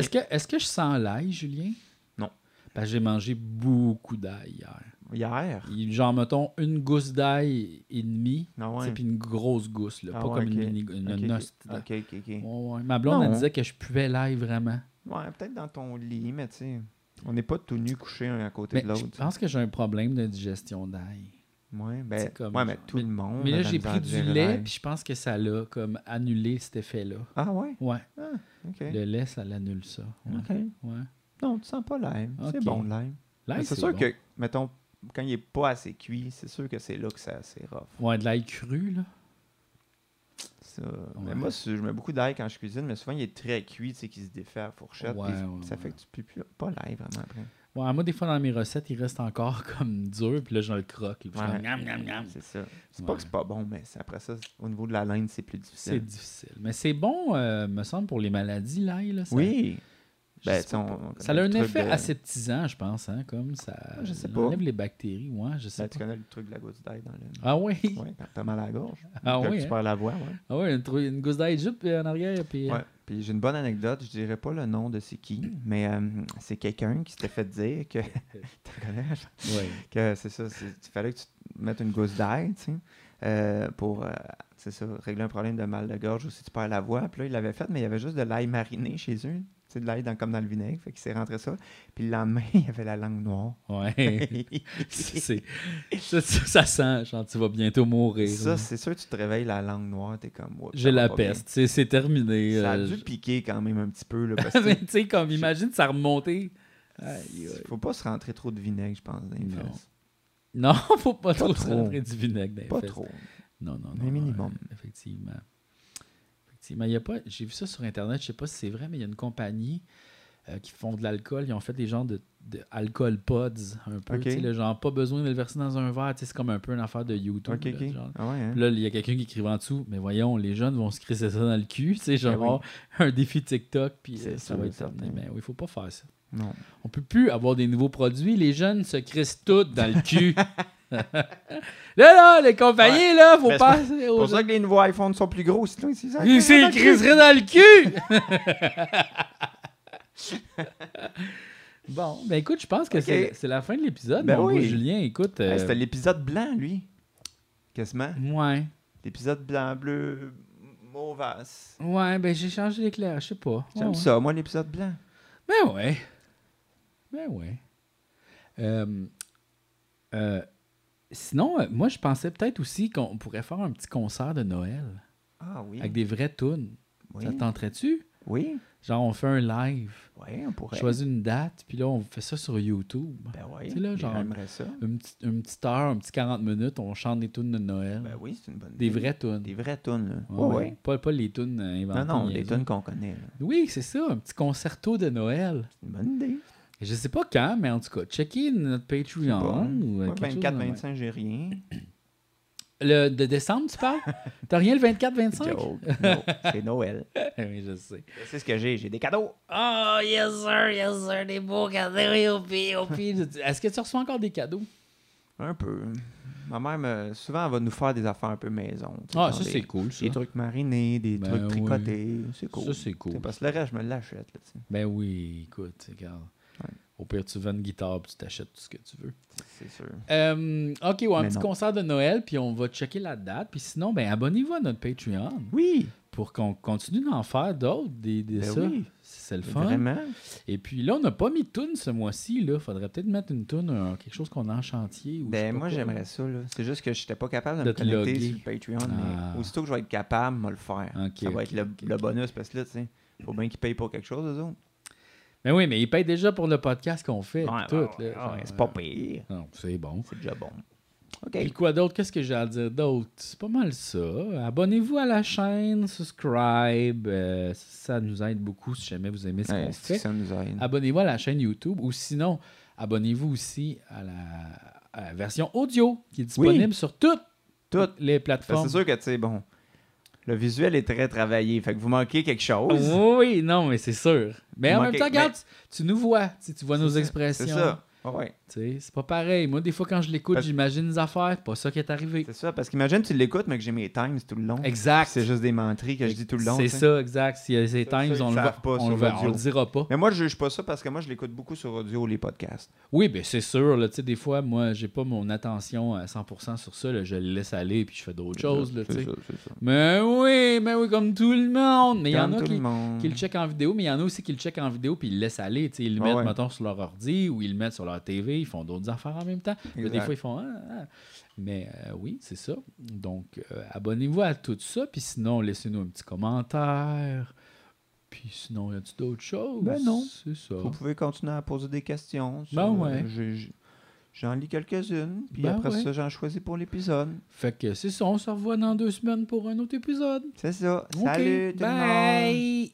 Est-ce que, est que je sens l'ail, Julien?
Non.
Parce que j'ai mangé beaucoup d'ail hier.
Hier.
Il- Genre, mettons, une gousse d'ail et demie,
Non,
tu sais,
ouais.
puis une grosse gousse, là,
Ah
pas
ouais,
comme
ok.
une mini une,
Ok,
une
ok.
hostie d'ail.
Ok, ok, ok.
Ouais, ouais. Ma blonde, elle
Non.
disait que je puais l'ail vraiment.
Ouais, peut-être dans ton lit, mais tu sais, on n'est pas tout nu couché un à côté
Mais
de
je
l'autre.
pense que j'ai un problème de digestion d'ail.
Ouais, ben,
C'est comme-
ouais, mais tout le monde.
Mais là,
a de la
j'ai
misère
pris
à
du
digérer
lait,
l'ail.
puis je pense que ça l'a comme annulé cet effet-là.
Ah ouais,
Ouais,
ok.
le lait, ça l'annule ça. Ouais.
Ok.
ouais.
Non, tu sens pas l'ail.
Ok.
C'est bon, l'ail.
L'ail,
Mais Ben, C'est sûr
bon.
que, mettons, quand il est pas assez cuit, c'est sûr que c'est là que c'est assez rough.
Ouais, de l'ail cru, là.
Ça,
Ouais.
mais moi, c'est- je mets beaucoup d'ail quand je cuisine, mais souvent, il est très cuit, tu sais, qu'il se défait à la fourchette.
Ouais,
puis
ouais,
ça
ouais.
fait que tu peux plus pas l'ail vraiment après.
Ouais, moi, des fois, dans mes recettes, il reste encore comme dur, puis là, je le croque. puis je suis
Ouais.
comme miam, miam, miam.
C'est ça. C'est pas
Ouais.
que c'est pas bon, mais c'est- après ça, c'est- au niveau de la laine, c'est plus
C'est
difficile.
difficile. Mais c'est bon, euh, me semble, pour les maladies, l'ail, là. ça-
Oui.
je
Ben,
sais
tu sais, on-
pas.
on
Ça
connaît
a
le
un
truc
effet
de- ben,
aseptisant, je pense, hein, comme ça
Je sais
ça
pas.
enlève les bactéries, ouais, je sais
Ben, tu
pas.
connais le truc de la goutte d'ail dans le.
Ah oui,
Ouais, quand t'as mal à la gorge.
ah
quand
oui,
tu
hein.
perds la voix, ouais.
ah ouais, une, trou- une gousse d'ail jupe euh, en arrière, puis euh,
Ouais. Puis j'ai une bonne anecdote, je dirais pas le nom de c'est qui, mais euh, c'est quelqu'un qui s'était fait dire que. T'en connais,
ouais.
que c'est ça, c'est- il fallait que tu te mettes une gousse d'ail, tu sais, euh, pour, euh, c'est ça, régler un problème de mal de gorge ou si tu perds la voix. Puis là, il l'avait fait, mais il y avait juste de l'ail mariné chez eux, tu sais, de l'ail dans, comme dans le vinaigre, fait qu'il s'est rentré ça. Puis le lendemain, il avait la langue noire.
ouais. Ça, c'est- ça, ça- ça sent, genre, tu vas bientôt mourir.
ça, c'est sûr, tu te réveilles la langue noire, t'es comme... Oups,
J'ai
ça va
la
pas bien.
peste, c'est- c'est terminé.
Ça a
euh,
dû
je-
piquer quand même un petit peu, là, parce
Mais
que
tu sais, comme, imagine, ça remontait. Aïe, aïe.
faut pas se rentrer trop de vinaigre, je pense, dans les
Non.
fesses.
Non, faut pas, trop se
trop.
rentrer du vinaigre dans les
Pas
fesses.
trop.
Non, non, non.
Un
non,
minimum.
euh, effectivement. Effectivement. Il y a pas. J'ai vu ça sur Internet, je sais pas si c'est vrai, mais il y a une compagnie euh, qui font de l'alcool. Ils ont fait des genres de, de alcool pods un peu.
Ok.
tu sais, le genre pas besoin de le verser dans un verre. tu sais, C'est comme un peu une affaire de YouTube.
Ok,
là,
ok.
genre.
Ah ouais, hein?
Puis Là, il y a quelqu'un qui écrivait en dessous, mais voyons, les jeunes vont se crisser ça dans le cul, tu sais,
Ben
genre un défi TikTok, puis
C'est
euh, ça
sûr,
va être
certain.
terminé. Mais oui, faut pas faire ça.
Non.
On peut plus avoir des nouveaux produits. Les jeunes se crissent tous dans le cul. là, là, les compagnies, là, faut
Mais c'est
pas.
C'est
aux
pour ça que les nouveaux iPhones sont plus gros, sinon ici, ça...
ils se crisseraient dans le cul! bon, ben écoute, je pense que
Ok.
c'est- c'est la fin de l'épisode.
Ben
mon beau
oui.
Julien, écoute.
Hey,
euh,
C'était l'épisode blanc, lui. Quasiment.
ouais.
L'épisode blanc, bleu, mauvaise.
Ouais, ben j'ai changé l'éclair, je sais pas.
J'aime
Ouais,
ça, moi, l'épisode blanc.
Ben ouais. Ben ouais. Euh, euh, sinon, euh, moi, je pensais peut-être aussi qu'on pourrait faire un petit concert de Noël
Ah oui.
avec des vraies tunes.
Oui,
Ça te tenterait-tu?
oui.
Genre, on fait un live,
Ouais, on
on
pourrait.
choisit une date, puis là, on fait ça sur YouTube.
Ben oui.
Tu sais, là, genre-
J'aimerais ça.
Une petite, une petite heure, un petit 40 minutes, on chante des tunes de Noël.
Ben oui, c'est une bonne
des
idée.
vraies tunes.
Des vraies tunes, là.
Ouais,
Ouais, ouais.
ouais. Pas, pas les tunes euh, inventées.
Non, non, des
niaiseuses.
tunes qu'on connaît, là.
Oui, c'est ça, un petit concerto de Noël.
C'est une bonne idée.
Je sais pas quand, mais en tout cas, checkez notre Patreon
Bon.
ou euh,
Moi,
quelque chose de même.
24, 25, j'ai rien.
Le, de décembre, tu parles? T'as rien le 24-25?
Joke. No, c'est Noël.
oui, je sais.
C'est ce que j'ai. J'ai des cadeaux.
Oh, yes sir, yes sir, des beaux cadeaux, youpi, youpi. Est-ce que tu reçois encore des cadeaux?
Un peu. Ma mère, me- souvent, elle va nous faire des affaires un peu maison. tu sais,
Ah,
genre
ça
des-
c'est cool, ça.
Des trucs marinés, des
Ben
trucs
oui.
tricotés. C'est cool.
Ça c'est cool.
C'est Parce que le reste, je me l'achète. là, tu sais.
Ben oui, écoute, regarde.
Ouais.
Au pire, tu vends une guitare puis tu t'achètes tout ce que tu veux.
C'est sûr.
Euh, ok, ouais, un
Mais
petit
non.
concert de Noël, puis on va checker la date. Puis sinon, ben abonnez-vous à notre Patreon
Oui.
pour qu'on continue d'en faire d'autres, des, des
Ben
ça.
oui.
C'est le fun.
Vraiment?
Et puis là, on n'a pas mis de tune ce mois-ci. Là, faudrait peut-être mettre une tune, un- quelque chose qu'on a en chantier. Ou je sais pas
Ben, moi,
quoi.
j'aimerais ça. là. C'est juste que je n'étais pas capable de,
De
me
te
connecter
loguer.
sur le Patreon.
Ah.
Mais aussitôt que je vais être capable, je vais le faire.
Ok,
ça va
ok,
être le,
ok,
le
ok.
bonus parce que là, tu sais, faut bien qu'ils payent pour quelque chose, eux autres.
Ben oui, mais ils payent déjà pour le podcast qu'on fait.
Ouais,
puis tout,
ouais,
là.
ouais,
Genre,
c'est pas
euh,
pire.
Non, c'est bon.
C'est déjà bon. OK.
Puis quoi d'autre? Qu'est-ce que j'ai à dire d'autre? C'est pas mal ça. Abonnez-vous à la chaîne, subscribe. euh, ça nous aide beaucoup si jamais vous aimez ce
Ouais,
qu'on
c'est que
fait.
ça nous aide.
Abonnez-vous à la chaîne YouTube ou sinon, abonnez-vous aussi à la, à la version audio qui est disponible sur toutes,
Toutes.
les
Parce que
plateformes.
c'est sûr que, tu sais, bon, le visuel est très travaillé. Fait que vous manquez quelque chose.
Oui, non, mais c'est sûr. Mais en
Vous
même
manquez-
temps, regarde, tu tu nous vois. Tu sais, tu vois nos expressions.
C'est ça. Ouais,
Tu sais, C'est pas pareil. Moi, des fois, quand je l'écoute,
Parce-
j'imagine des affaires. C'est pas ça qui est arrivé.
c'est ça. Parce qu'imagine, tu l'écoutes, mais que j'ai mes times tout le long.
Exact.
C'est juste des menteries que je dis tout le long.
C'est
tu sais.
ça, exact. Si euh, c'est
Ça,
Times,
ça,
on
ils
le voit
savent pas
on
sur
le voit- on
l'audio.
le dira pas.
Mais moi, je juge pas ça parce que moi, je l'écoute beaucoup sur audio, les podcasts.
Oui, ben c'est sûr. Là, tu sais, des fois, moi, j'ai pas mon attention euh, à 100% sur ça. là, je le laisse aller puis je fais d'autres choses. Là, tu sais. mais oui, mais oui, comme tout le monde. Mais il y en a qui, qui le checkent en vidéo, mais il y en a aussi qui le checkent en vidéo puis ils le laissent aller. tu sais. Ils le
Mhm. Ah
mettent,
ouais.
mettons, sur leur ordi ou ils le mettent sur leur TV. Ils font d'autres affaires en même temps. Là, des
Exact.
fois, ils font. Ah, ah. Mais euh, oui, c'est ça. Donc, euh, abonnez-vous à tout ça. Puis sinon, laissez-nous un petit commentaire. Puis sinon, y a-tu d'autres choses?
Ben non.
C'est ça.
Vous pouvez continuer à poser des questions. sur- euh,
Ben ouais.
j'ai- j'ai- J'en lis quelques-unes, puis
Ben
après
ouais.
ça, j'en choisis pour l'épisode.
Fait que c'est ça. On se revoit dans deux semaines pour un autre épisode.
C'est ça.
Ok,
Salut tout le monde!
Bye!